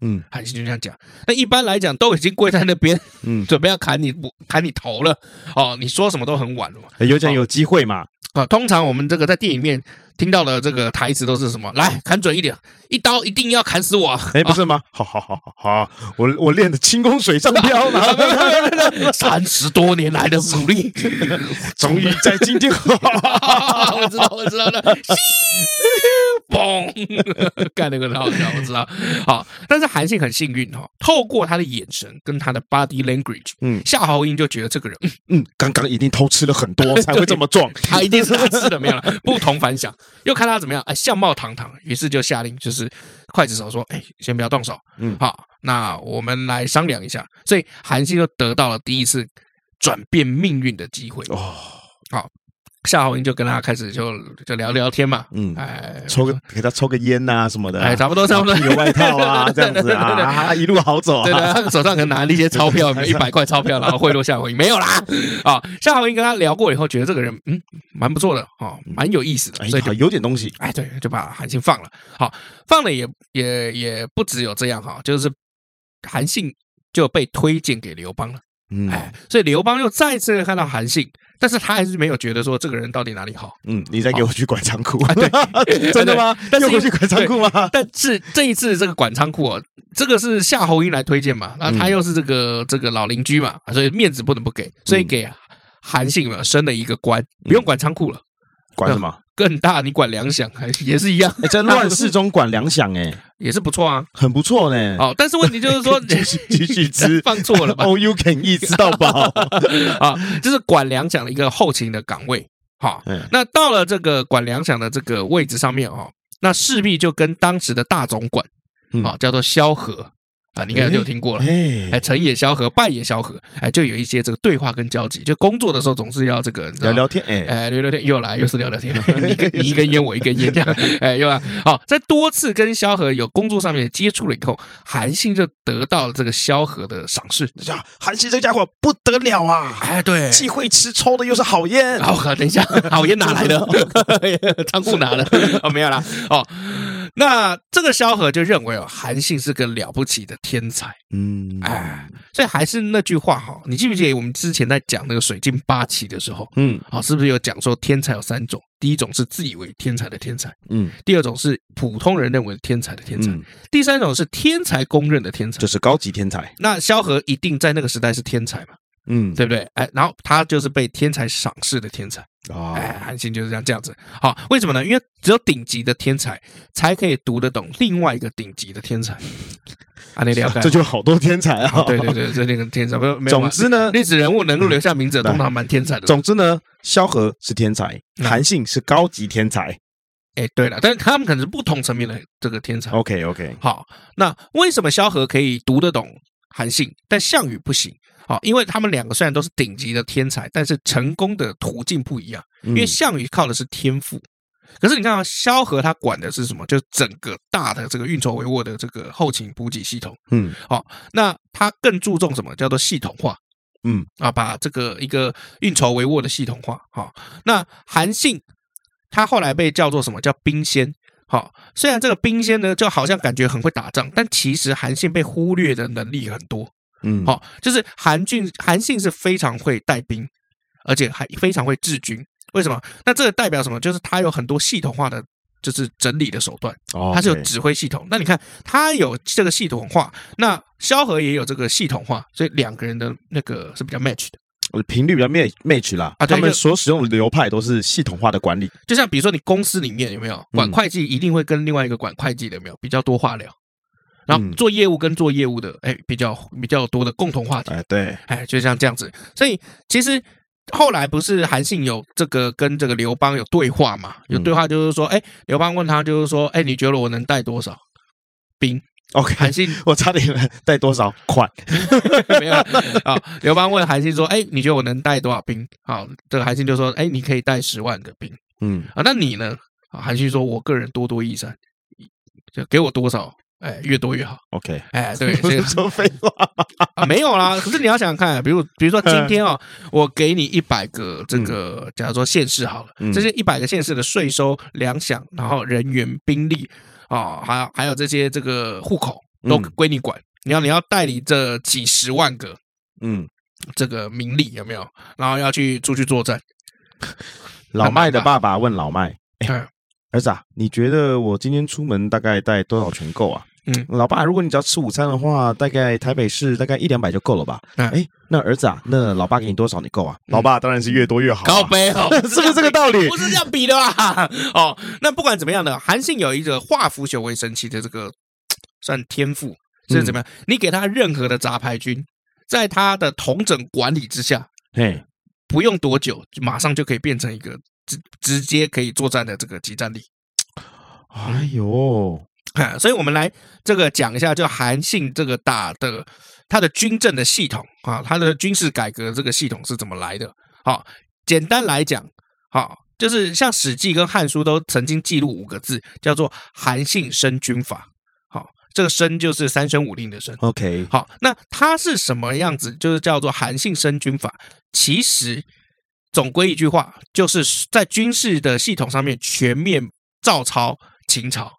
S2: 嗯？”
S1: 韩信就这样讲。那一般来讲，都已经跪在那边，
S2: 嗯，
S1: 准备要砍你砍你头了哦，你说什么都很晚了嘛。
S2: 有讲有机会嘛？
S1: 啊，通常我们这个在电影里面听到的这个台词都是什么？来，砍准一点，一刀一定要砍死我啊。
S2: 哎，不是吗？好好好好好，我我练的轻功水上漂， 然后
S1: 三十多年来的努 力，
S2: 终于在今天，
S1: 我知道，我知道了， 嘣， 干那个很好笑，我知道。好，但是韩信很幸运哦，透过他的眼神跟他的 body language，
S2: 嗯
S1: 夏侯婴就觉得这个人嗯
S2: 嗯，刚刚一定偷吃了很 多才会这么壮。
S1: 他一定是他吃的没有了，不同凡响。又看他怎么样，哎，相貌堂堂，于是就下令，就是刽子手说，哎，先不要动手，
S2: 嗯
S1: 好，那我们来商量一下。所以韩信就得到了第一次转变命运的机会。
S2: 哦，
S1: 夏侯婴就跟他开始就就聊聊天嘛，
S2: 嗯，
S1: 哎，
S2: 抽个给他抽个烟呐什么的啊，
S1: 哎，差不多差不多
S2: 披，个外套啊，这样子啊
S1: 对对对对对
S2: 啊，一路好走
S1: 对
S2: 啊。
S1: 的，他手上可能拿了一些 钞票，一百块钞票，然后贿赂夏侯婴，没有啦。啊，夏侯婴跟他聊过以后，觉得这个人嗯蛮不错的哦，蛮有意思的，
S2: 哎
S1: 所以，就
S2: 好有点东西。
S1: 哎对，就把韩信放了。好，放了也也也不只有这样哈，就是韩信就被推荐给刘邦了。
S2: 嗯
S1: 哎，所以刘邦又再次看到韩信，但是他还是没有觉得说这个人到底哪里好。
S2: 嗯，你再给我去管仓库，
S1: 啊 对
S2: 真的吗？
S1: 但是
S2: 又回去管仓库吗？
S1: 但是这一次这个管仓库哦，这个是夏侯婴来推荐嘛，那他又是这个、这个老邻居嘛，所以面子不能不给，所以给韩信嘛升了一个官，不用管仓库了。
S2: 管什么？
S1: 更大，你管粮饷 还也是一样，
S2: 哎，在乱世中管粮饷，哎，
S1: 也是不错啊。
S2: 很不错呢。
S1: 哦，但是问题就是说，
S2: 继续继续吃，
S1: 放错了吧？
S2: ，All you can eat 吃到 饱。
S1: 啊，这是管粮饷的一个后勤的岗位。好
S2: 嗯，
S1: 那到了这个管粮饷的这个位置上面哦，那势必就跟当时的大总管，
S2: 嗯
S1: 啊，叫做萧何啊，你应该就有听过了。哎，
S2: 哎，
S1: 成也萧何，败也萧何，哎，就有一些这个对话跟交集。就工作的时候总是要这个你知道
S2: 聊聊天，哎，
S1: 哎，聊聊天又来，又是聊聊天， 你跟你一根烟，我一根烟，这样，哎，又来。好，在多次跟萧何有工作上面的接触了以后，韩信就得到了这个萧何的赏识。
S2: 呀，韩信这家伙不得了啊，
S1: 哎，对，
S2: 既会吃，抽的又是好烟。
S1: 好，好等一下，好烟哪来 的？仓库拿的？哦，没有啦。哦，那这个萧何就认为哦，韩信是个了不起的天才。
S2: 嗯，
S1: 哎，所以还是那句话哈，你记不记得我们之前在讲那个水镜八奇的时候，
S2: 嗯
S1: 啊、是不是有讲说天才有三种？第一种是自以为天才的天才。
S2: 嗯
S1: 第二种是普通人认为天才的天才，
S2: 嗯，
S1: 第三种是天才公认的天才
S2: 就。是高级天才。
S1: 那萧何一定在那个时代是天才嘛，
S2: 嗯，
S1: 对不对？哎，然后他就是被天才赏识的天才。
S2: 啊
S1: 哎，韩信就是这样这样子。好，为什么呢？因为只有顶级的天才才可以读得懂另外一个顶级的天才。啊，你了解吗？
S2: 这就好多天才啊。
S1: 哦对对对，这那个天才没有没啊有嘛。
S2: 总之呢，
S1: 历史人物能够留下名字的，通常蛮天才的。
S2: 总之呢，萧何是天才，
S1: 嗯
S2: 韩信是高级天才。
S1: 哎，对了，但是他们可能是不同层面的这个天才。
S2: OK OK，
S1: 好，那为什么萧何可以读得懂韩信，但项羽不行？好，因为他们两个虽然都是顶级的天才，但是成功的途径不一样。因
S2: 因
S1: 为项羽靠的是天赋，可是你看啊，萧何他管的是什么？就是整个大的这个运筹帷幄的这个后勤补给系统。
S2: 嗯
S1: 那他更注重什么？叫做系统化。
S2: 嗯
S1: 啊，把这个一个运筹帷幄的系统化。好、那韩信他后来被叫做什么叫兵仙？好、虽然这个兵仙呢，就好像感觉很会打仗，但其实韩信被忽略的能力很多。
S2: 嗯，
S1: 好、就是韩俊韩信是非常会带兵，而且还非常会治军。为什么？那这个代表什么？就是他有很多系统化的，就是整理的手段。
S2: 哦，
S1: 它是有
S2: OK
S1: 指挥系统。那你看，它有这个系统化，那萧何也有这个系统化，所以两个人的那个是比较 match 的。
S2: 频率比较 match match 啦。
S1: 啊对
S2: 他
S1: 因为
S2: 们所使用的流派都是系统化的管理。
S1: 就像比如说你公司里面有没有管
S2: 嗯
S1: 会计，一定会跟另外一个管会计的有没有比较多话聊，然后
S2: 嗯
S1: 做业务跟做业务的，哎，比较比较多的共同话题，
S2: 哎，对，
S1: 哎，就像这样子。所以其实。后来不是韩信有这个跟这个刘邦有对话嘛？有
S2: 嗯
S1: 对话就是说，哎，刘邦问他就是说，哎，你觉得我能带 多少兵？
S2: OK，
S1: 韩信
S2: 我差点以 为带多少款？
S1: 没有啊。好刘邦问韩信说：“哎，你觉得我能带多少兵？”好，这个韩信就说：“哎，你可以带十万的兵
S2: 嗯，
S1: 啊。那你呢？”啊，韩信说：“我个人多多益善，就给我多少，哎，越多越好。
S2: OK，”
S1: 哎，对，
S2: 不
S1: 这
S2: 是
S1: 个
S2: 说废话吗，
S1: 啊没有啦。可是你要想想看，比如比如说今天哦，
S2: 嗯
S1: 我给你一百个这个，假如说县市好了，
S2: 嗯
S1: 这些一百个县市的税收、粮饷，然后人员、兵力啊，还有还有这些这个户口都
S2: 嗯
S1: 归你管。你要你要代理这几十万个，
S2: 嗯，
S1: 这个名利有没有？然后要去出去作战。
S2: 老麦的爸爸问老麦
S1: 嗯，
S2: 儿子啊，你觉得我今天出门大概带多少钱够啊？
S1: 嗯
S2: 老爸，如果你只要吃午餐的话，大概台北市大概一两百就够了吧？
S1: 嗯
S2: 哎，那儿子啊，那老爸给你多少你够啊？
S1: 嗯
S2: 老爸当然是越多越好啊
S1: 高杯哦，
S2: 是不是这个道理
S1: 不？是这样比的啦。哦，那不管怎么样的，韩信有一个化腐朽为神奇的这个算天赋，是怎么样？
S2: 嗯
S1: 你给他任何的杂牌军，在他的统整管理之下，
S2: 嘿，
S1: 不用多久，就马上就可以变成一个直直接可以作战的这个集战力。
S2: 哎呦，
S1: 啊，所以我们来这个讲一下，就韩信这个打的他的军政的系统啊，他的军事改革这个系统是怎么来的？好，简单来讲，好，就是像《史记》跟《汉书》都曾经记录五个字，叫做“韩信申军法”。好，这个“申”就是三申五令的“申”。
S2: OK，
S1: 好，那它是什么样子？就是叫做韩信申军法。其实总归一句话，就是在军事的系统上面全面照抄秦朝。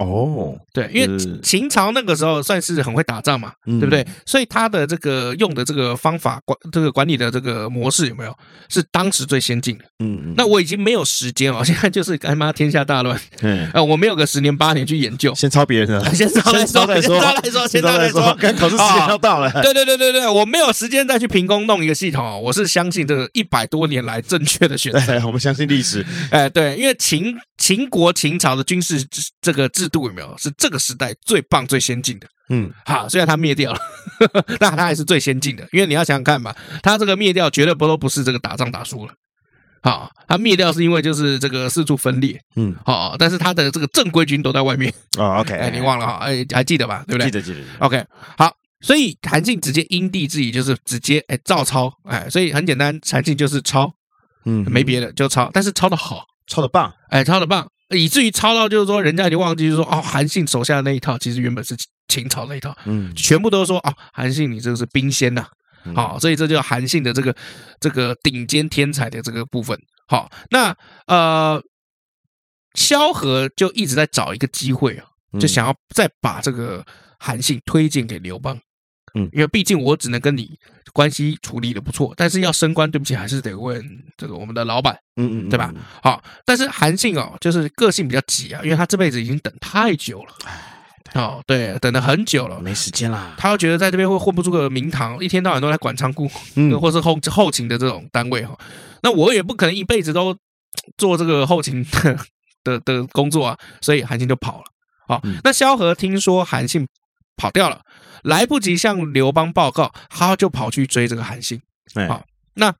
S2: 哦，
S1: 对，因为
S2: 是
S1: 秦朝那个时候算是很会打仗嘛，
S2: 嗯
S1: 对不对？？所以他的这个用的这个方法管这个管理的这个模式有没有是当时最先进的？
S2: 嗯，嗯
S1: 那我已经没有时间哦，现在就是 干妈天下大乱，
S2: 嗯，，
S1: 呃，我没有个十年八年去研究
S2: 先抄别人的，
S1: 先招
S2: 先
S1: 来说，
S2: 抄再
S1: 先
S2: 说
S1: 招来说， 先
S2: 先
S1: 招
S2: 来
S1: 来
S2: 说
S1: 说，。
S2: 刚考试时
S1: 啊
S2: 间要 到了，
S1: 对对对对对，我没有时间再去凭空弄一个系统哦，我是相信这个一百多年来正确的选择。
S2: 对，我们相信历史，
S1: 哎，对，因为秦秦国秦朝的军事制这个制度有没有是这个时代最棒最先进的？
S2: 嗯，
S1: 好，虽然它灭掉了， 但它还是最先进的。因为你要想想看嘛，它这个灭掉绝对不都不是这个打仗打输了。好，它灭掉是因为就是这个四处分裂，
S2: 嗯，
S1: 好，但是它的这个正规军都在外面，
S2: 哦，OK，
S1: 哎，你忘了哈，哎，还记得吧？对不
S2: 记
S1: 对
S2: 得记得，记得
S1: ？OK，好，所以韩信直接因地制宜，就是直接哎照抄，哎，所以很简单，韩信就是抄，
S2: 嗯，
S1: 没别的，就抄，但是抄的好，
S2: 抄的棒，
S1: 哎，抄的棒，以至于抄到就是说，人家已经忘记，就是说哦，韩信手下的那一套，其实原本是秦朝那一套，
S2: 嗯，
S1: 全部都说哦，韩信你这个是兵仙呐、
S2: 嗯
S1: 好、所以这就是韩信的这个这个顶尖天才的这个部分。好、那呃，萧何就一直在找一个机会啊，
S2: 嗯
S1: 就想要再把这个韩信推荐给刘邦。
S2: 嗯
S1: 因为毕竟我只能跟你关系处理的不错，但是要升官，对不起，还是得问这个我们的老板。
S2: 嗯，嗯嗯，
S1: 对吧
S2: 嗯？
S1: 好，但是韩信哦，就是个性比较急啊，因为他这辈子已经等太久了，哦，对，等了很久了
S2: 嗯。没时间啦，
S1: 他觉得在这边会混不出个名堂，一天到晚都在管仓库，
S2: 嗯
S1: 或是后后勤的这种单位哈。那我也不可能一辈子都做这个后勤的 的的工作啊，所以韩信就跑了。好、
S2: 嗯
S1: 那萧何听说韩信跑掉了，来不及向刘邦报告，他就跑去追这个韩信。
S2: 哎
S1: 好那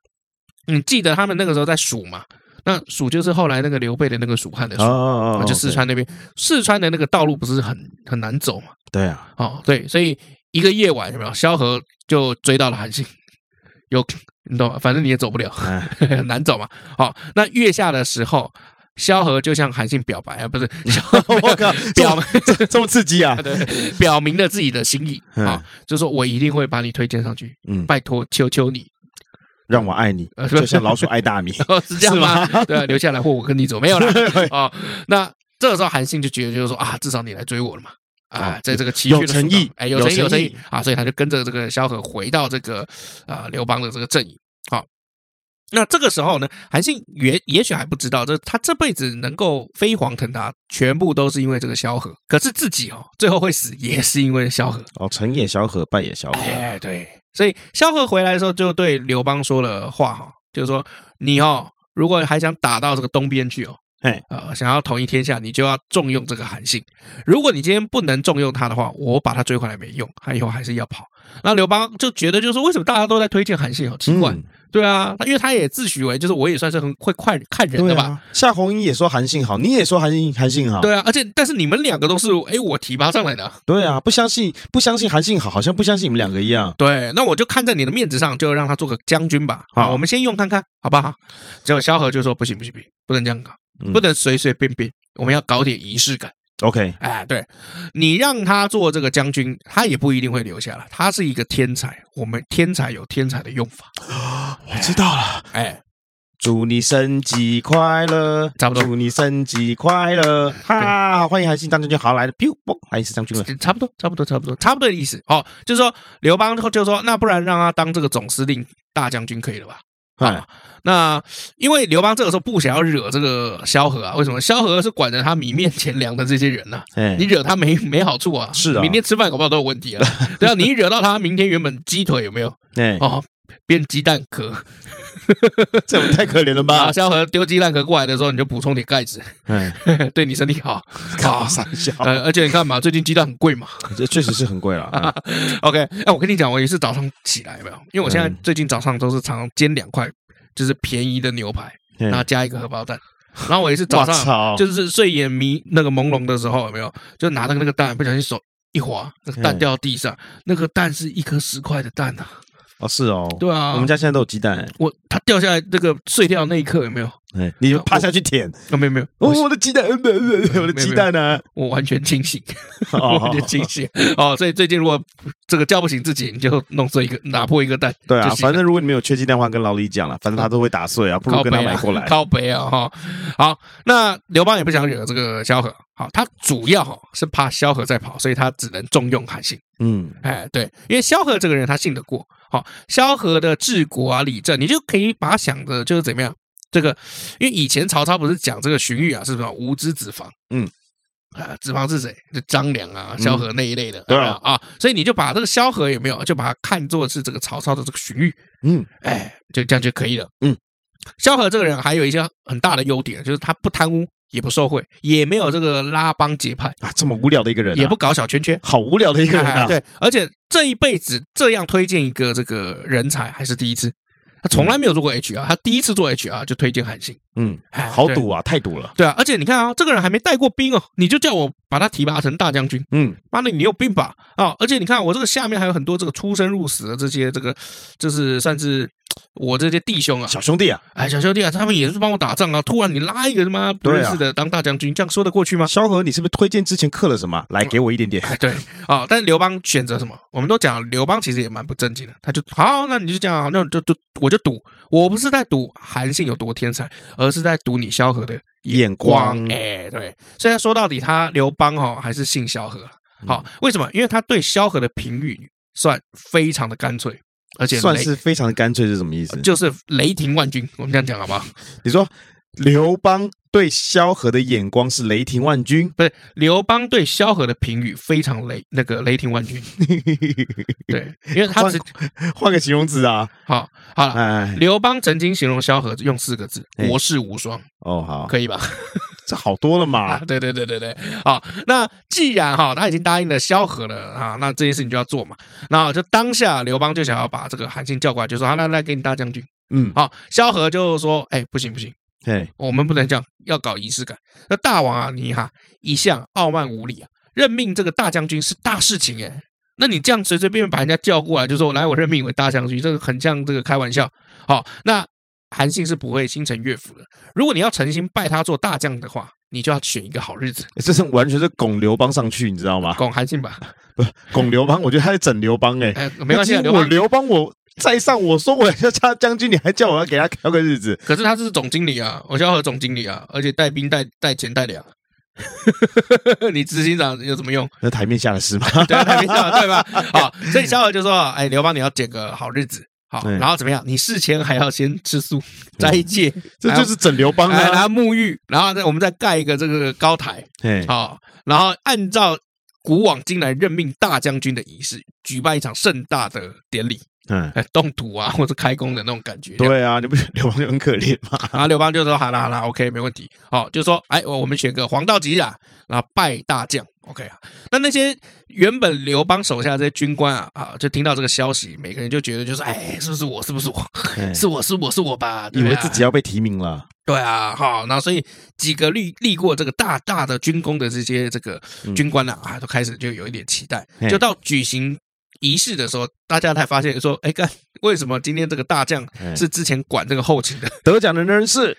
S1: 你记得他们那个时候在蜀嘛？那蜀就是后来那个刘备的那个蜀汉的蜀，啊
S2: 哦哦哦，
S1: 就四川那边，四川的那个道路不是很很难走嘛？
S2: 对，对啊，
S1: 哦，对，所以一个夜晚有没有？萧何就追到了韩信，有你懂吗？反正你也走不了，
S2: 哎，
S1: 很难走嘛。好、那月下的时候，萧何就向韩信表白啊，不是， 萧
S2: 我靠，
S1: 表
S2: 这这么刺激啊，
S1: 对表明了自己的心意啊、
S2: 嗯
S1: 就说我一定会把你推荐上去，
S2: 嗯，
S1: 拜托，求求你，
S2: 让我爱 你，
S1: 呃
S2: 就像老鼠爱大米，
S1: 哦，是这样吗？对、啊，留下来或我跟你走，没有 啦。哦，那这个时候韩信就觉得就是说啊，至少你来追我了嘛。啊
S2: 哦，
S1: 在这个崎岖的
S2: 有诚
S1: 蜀道
S2: 意
S1: 哎，有
S2: 有
S1: 诚意，有
S2: 诚
S1: 诚
S2: 意
S1: 意啊，所以他就跟着这个萧何回到这个啊刘邦的这个阵营。好，那这个时候呢，韩信也也许还不知道，这他这辈子能够飞黄腾达，全部都是因为这个萧何。可是自己哦，最后会死也是因为萧何。
S2: 哦，成也萧何，败也嗯萧何，
S1: 哎，对，所以萧何回来的时候就对刘邦说了话哈，就是说你哦，如果还想打到这个东边去哦，
S2: 哎，
S1: 呃，想要统一天下，你就要重用这个韩信。如果你今天不能重用他的话，我把他追回来没用，他以后还是要跑。那刘邦就觉得，就是为什么大家都在推荐韩信，好奇怪。
S2: 嗯
S1: 对啊，因为他也自诩为就是我也算是很会看看人
S2: 对
S1: 的
S2: 啊
S1: 吧。
S2: 夏红英也说韩信好，你也说韩信韩信好，
S1: 对啊，而且但是你们两个都是哎，我提拔上来的啊，
S2: 对啊，不相信不相信韩信好，好像不相信你们两个一样。
S1: 对，那我就看在你的面子上，就让他做个将军吧。
S2: 好
S1: 好，我们先用看看，好不好？结果萧何就说：“不行，不行，不行，不能这样搞，
S2: 嗯
S1: 不能随随便便，我们要搞点仪式感。
S2: OK，”
S1: 哎，对你让他做这个将军，他也不一定会留下来。他是一个天才，我们天才有天才的用法。
S2: 我知道了。
S1: 哎，
S2: 祝你升级快乐，
S1: 差不多
S2: 祝你升级快乐，哈！好欢迎韩信当将军，好来了，噗，嘣，韩信当将军了。
S1: 差不多，差不多，差不多，差不多的意思。哦，就是说刘邦就说：“那不然让他当这个总司令、大将军可以了吧？”
S2: 哎，
S1: 那因为刘邦这个时候不想要惹这个萧何啊，为什么？萧何是管着他米面钱粮的这些人呐、
S2: 哎
S1: 你惹他没没好处啊，
S2: 是啊
S1: 明天吃饭搞不好都有问题啊。 对啊，你一惹到他，明天原本鸡腿有没有
S2: 哎，
S1: 哦，变鸡蛋壳？
S2: 这我们太可怜了
S1: 啊，
S2: 吧？
S1: 萧何丢鸡蛋壳过来的时候，你就补充点钙质，
S2: 哎，
S1: 对你身体好。
S2: 靠，三小，
S1: 呃，而且你看嘛，最近鸡蛋很贵嘛。
S2: 这确实是很贵了。嗯
S1: OK，哎、我跟你讲，我也是早上起来有没有，因为我现在
S2: 嗯
S1: 最近早上都是常常煎两块，就是便宜的牛排，
S2: 嗯
S1: 然后加一个荷包蛋。然后我也是早
S2: 我
S1: 上
S2: 操，
S1: 就是睡眼迷那个朦胧的时候，有没有？就拿那个那个蛋，不小心手一滑，那个蛋
S2: 嗯
S1: 掉到地上，那个蛋是一颗十块的蛋啊！
S2: 哦是哦，
S1: 对啊，
S2: 我们家现在都有鸡蛋。
S1: 我它掉下来那个碎掉那一刻有没有？
S2: 哎，你就趴下去舔，
S1: 啊，没有没有，
S2: 哦，
S1: 我
S2: 我的鸡蛋，呃呃呃 我的鸡蛋呢？
S1: 我完全清醒， 我
S2: 哦
S1: 完，全清醒哦。所以最近如果这个叫不醒自己，你就弄碎一个，打破一个蛋，
S2: 对啊
S1: 就，行了
S2: 反正如果你们有缺鸡蛋的话，跟老李讲了，反正他都会打碎啊，不如
S1: 靠
S2: 跟
S1: 北
S2: 他
S1: 啊
S2: 买过来。
S1: 靠北啊哈。好，那刘邦也不想惹这个萧何，好，他主要哈是怕萧何在跑，所以他只能重用韩信。
S2: 嗯，
S1: 哎，对，因为萧何这个人他信得过，好、萧何的治国啊、理政，你就可以把他想的就是怎么样？这个，因为以前曹操不是讲这个荀彧啊，是什么无知子房？
S2: 嗯，
S1: 啊，子房是谁？就张良啊、萧何那一类的，
S2: 对啊
S1: 啊，所以你就把这个萧何有没有，就把它看作是这个曹操的这个荀彧，
S2: 嗯，
S1: 哎，就这样就可以了。
S2: 嗯，
S1: 萧何这个人还有一些很大的优点，就是他不贪污，也不受贿，也没有这个拉帮结派，
S2: 啊，这么无聊的一个人啊，
S1: 也不搞小圈圈。
S2: 好无聊的一个人啊。
S1: 对，而且这一辈子这样推荐一个这个人才还是第一次，他从来没有做过 HR，他第一次做 HR 就推荐韩信，
S2: 嗯，
S1: 哎
S2: 好赌啊，太赌了。
S1: 对啊，而且你看啊，这个人还没带过兵哦，你就叫我把他提拔成大将军，
S2: 嗯，
S1: 妈的，你有病吧？啊、而且你看我这个下面还有很多这个出生入死的这些这个，就是算是我这些弟兄啊，
S2: 小兄弟啊，
S1: 哎，小兄弟啊，他们也是帮我打仗啊，突然你拉一个他妈不认识的当大将军，这样说得过去吗？
S2: 萧何，你是不是推荐之前刻了什么？来，给我一点点。
S1: 哎，对啊、但是刘邦选择什么？我们都讲刘邦其实也蛮不正经的，他就好，那你就这样，啊那就就我就赌，我不是在赌韩信有多天才，而是在赌你萧何的
S2: 眼光
S1: 哎，对，虽然说到底他刘邦哈、哦、还是信萧何了，
S2: 嗯
S1: 好、为什么？因为他对萧何的评语算非常的干脆，而且
S2: 算
S1: 雷
S2: 是非常的干脆是什么意思？
S1: 就是雷霆万钧，我们这样讲好不好？
S2: 你说刘邦对萧何的眼光是雷霆万钧，
S1: 不是刘邦对萧何的评语非常雷，那个雷霆万 钧，对，因为他只
S2: 换个形容词啊。
S1: 好好了，
S2: 哎，
S1: 刘邦曾经形容萧何用四个字
S2: 哎
S1: “国士无双
S2: 哦，”，好，
S1: 可以吧？
S2: 这好多了
S1: 啊
S2: 嘛，。
S1: 对对对对对，好，那既然哈他已经答应了萧何了啊，那这件事情就要做嘛。那就当下刘邦就想要把这个韩信叫过来，就说：“啊，来来，给你大将军。
S2: 嗯”，
S1: 好，萧何就说：“哎，不行不行，
S2: 嘿，
S1: 我们不能这样，要搞仪式感。那大王啊，你哈、一向傲慢无礼啊，任命这个大将军是大事情哎。那你这样随随便便把人家叫过来，就说来我任命你为大将军，这个很像这个开玩笑。好、那韩信是不会心诚悦服的。如果你要诚心拜他做大将的话，你就要选一个好日子，
S2: 这是完全是拱刘邦上去，你知道吗？
S1: 拱韩信吧。
S2: 拱刘邦，我觉得他在整刘邦哎、
S1: 哎，没关系啊，
S2: 那今
S1: 刘
S2: 天我
S1: 邦。
S2: 刘邦我在上，我说我要加将军，你还叫我要给他挑个日子，
S1: 可是他是总经理啊，我萧何总经理啊，而且带兵带带钱带粮， 你执行长有什么用？
S2: 那台面下的事嘛。
S1: 对，啊太明显了，对吧？好，所以萧何就说：“哎，刘邦，你要捡个好日子，好，
S2: 对
S1: 然后怎么样？你事前还要先吃素、斋戒，
S2: 这就是整刘邦
S1: 然后哎然
S2: 啊！
S1: 后沐浴，然后再我们再盖一个这个高台，
S2: 嘿，
S1: 好，然后按照古往今来任命大将军的仪式，举办一场盛大的典礼，
S2: 嗯，
S1: 哎，动土啊，或者开工的那种感觉。
S2: 对啊，你不觉得刘邦就很可怜吗？
S1: 然后刘邦就说：“好啦好啦，OK，没问题。好，就说哎，我我们选个黄道吉日啊，然后拜大将，OK 啊。那那些原本刘邦手下这些军官啊啊，就听到这个消息，每个人就觉得就是哎，是不是我？是不是我？
S2: 嘿
S1: 是我是我是我吧？
S2: 哎以
S1: 对不对
S2: 为自己要被提名了，
S1: 对啊，好，那所以几个历历过这个大大的军功的这些这个军官啊，啊，都开始就有一点期待
S2: 嗯嘿。
S1: 就到举行仪式的时候，大家才发现说，哎，干为什么今天这个大将
S2: 嘿
S1: 是之前管这个后勤的
S2: 得奖的人是。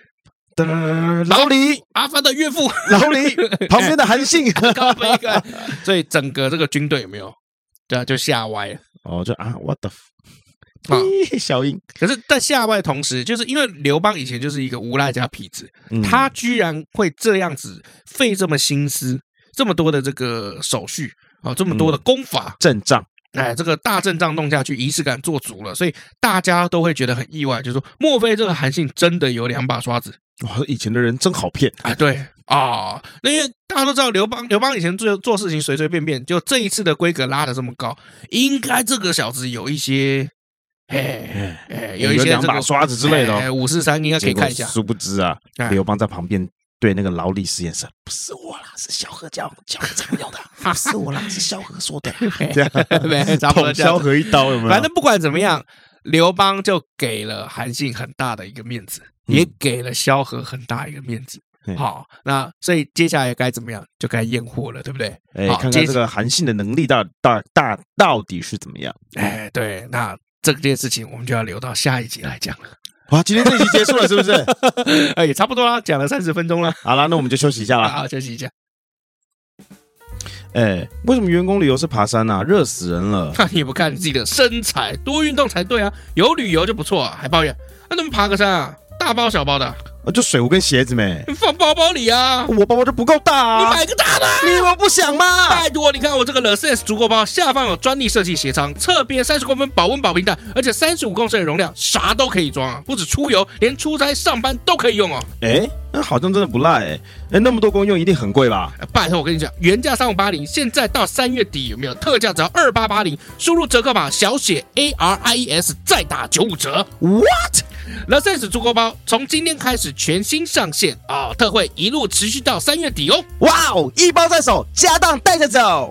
S2: 噔老李，
S1: 阿帆的岳父？”
S2: 老 李旁边的韩 信，
S1: 高飞干，所以整个这个军队有没有？对啊，就吓歪了
S2: 哦，就啊，what the，f-
S1: 啊！
S2: 嗯小英，
S1: 可是，在吓歪的同时，就是因为刘邦以前就是一个无赖加痞子，
S2: 嗯
S1: 他居然会这样子费这么心思，这么多的这个手续啊，这么多
S2: 嗯
S1: 的功法，
S2: 阵仗，
S1: 哎，这个大阵仗弄下去，仪式感做足了，所以大家都会觉得很意外，就是说，莫非这个韩信真的有两把刷子？
S2: 哇，哦以前的人真好骗，
S1: 啊，对啊，那因为大家都知道刘邦，刘邦以前做做事情随随便便，就这一次的规格拉的这么高，应该这个小子有一些，哎
S2: 哎
S1: 哎，有一
S2: 有
S1: 些
S2: 两
S1: 这
S2: 把
S1: 个
S2: 刷子之类的哦
S1: 哎，五四三应该可
S2: 结
S1: 以
S2: 果
S1: 看一下。
S2: 殊不知啊
S1: 哎，
S2: 刘邦在旁边对那个劳力使眼色，不是我啦，是萧何叫叫我怎么 样的，不是我啦，是萧何说的啦，这
S1: 没
S2: 样
S1: 哎差不多
S2: 捅
S1: 这样
S2: 萧何一刀有没有？
S1: 反正不管怎么样，刘邦就给了韩信很大的一个面子，也
S2: 嗯
S1: 给了萧何很大一个面子
S2: 对。
S1: 好，那所以接下来该怎么样，就该验货了，对不对？
S2: 哎，
S1: 好
S2: 看
S1: 接
S2: 看这个韩信的能力到大大到底是怎么样？
S1: 哎，对，那这件事情我们就要留到下一集来讲了。
S2: 哇，今天这集结束了是不 是？
S1: 哎，也差不多啦，讲了三十分钟了，
S2: 好啦，那我们就休息一下啦。
S1: 啊，休息一下。
S2: 哎，为什么员工旅游是爬山啊？热死人了！
S1: 那你也不看你自己的身材，多运动才对啊！有旅游就不错、啊，还抱怨那、啊、怎么爬个山啊？大包小包的，
S2: 啊就水壶跟鞋子 没，
S1: 你放包包里啊！
S2: 我包包就不够大
S1: 你
S2: 啊！
S1: 买个大的啊。
S2: 你以为我不想吗？
S1: 拜托，你看我这个 l e s e s 足够包，下方有专利设计鞋仓，侧边三十公分保温保平袋，而且三十五公升的容量，啥都可以装啊！不止出游，连出差上班都可以用哦。
S2: 哎，那好像真的不赖哎。哎，那么多功用一定很贵吧？
S1: 拜托，我跟你讲，原价三五八零，现在到三月底有没有特价？只要二八八零，输入折扣码小写 A R I E S 再打九五折。
S2: What？
S1: l e s e s 足够包从今天开始全新上线啊、特惠一路持续到三月底哦。
S2: 哇哦，一包在手，家当带着走。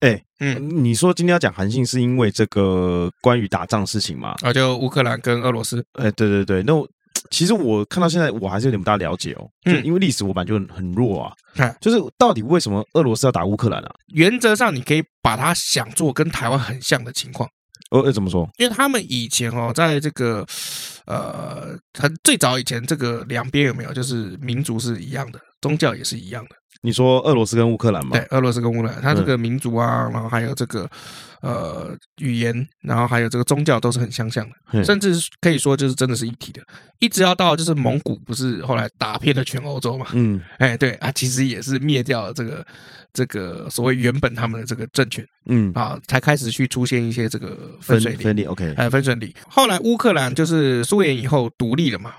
S2: 哎，
S1: 嗯，
S2: 你说今天要讲韩信是因为这个关于打仗事情吗？
S1: 啊，就乌克兰跟俄罗斯，
S2: 哎，对对对，那我其实我看到现在我还是有点不大了解哦，就
S1: 嗯
S2: 因为历史我本来就很很弱啊
S1: 嗨，
S2: 就是到底为什么俄罗斯要打乌克兰啊？
S1: 原则上你可以把它想做跟台湾很像的情况。
S2: 呃，呃怎么说？
S1: 因为他们以前哦，在这个呃，很最早以前，这个两边有没有就是民族是一样的，宗教也是一样的。
S2: 你说俄罗斯跟乌克兰吗
S1: 对？，俄罗斯跟乌克兰，它这个民族啊，然后还有这个呃语言，然后还有这个宗教都是很相像的，
S2: 嗯
S1: 甚至是可以说就是真的是一体的。一直要到就是蒙古不是后来打遍了全欧洲嘛？
S2: 嗯，
S1: 哎，对啊，其实也是灭掉了这个这个所谓原本他们的这个政权
S2: 嗯，
S1: 啊，才开始去出现一些这个
S2: 分哎
S1: 分水岭。
S2: 分裂，OK，
S1: 呃，分水岭。后来乌克兰就是苏联以后独立了嘛，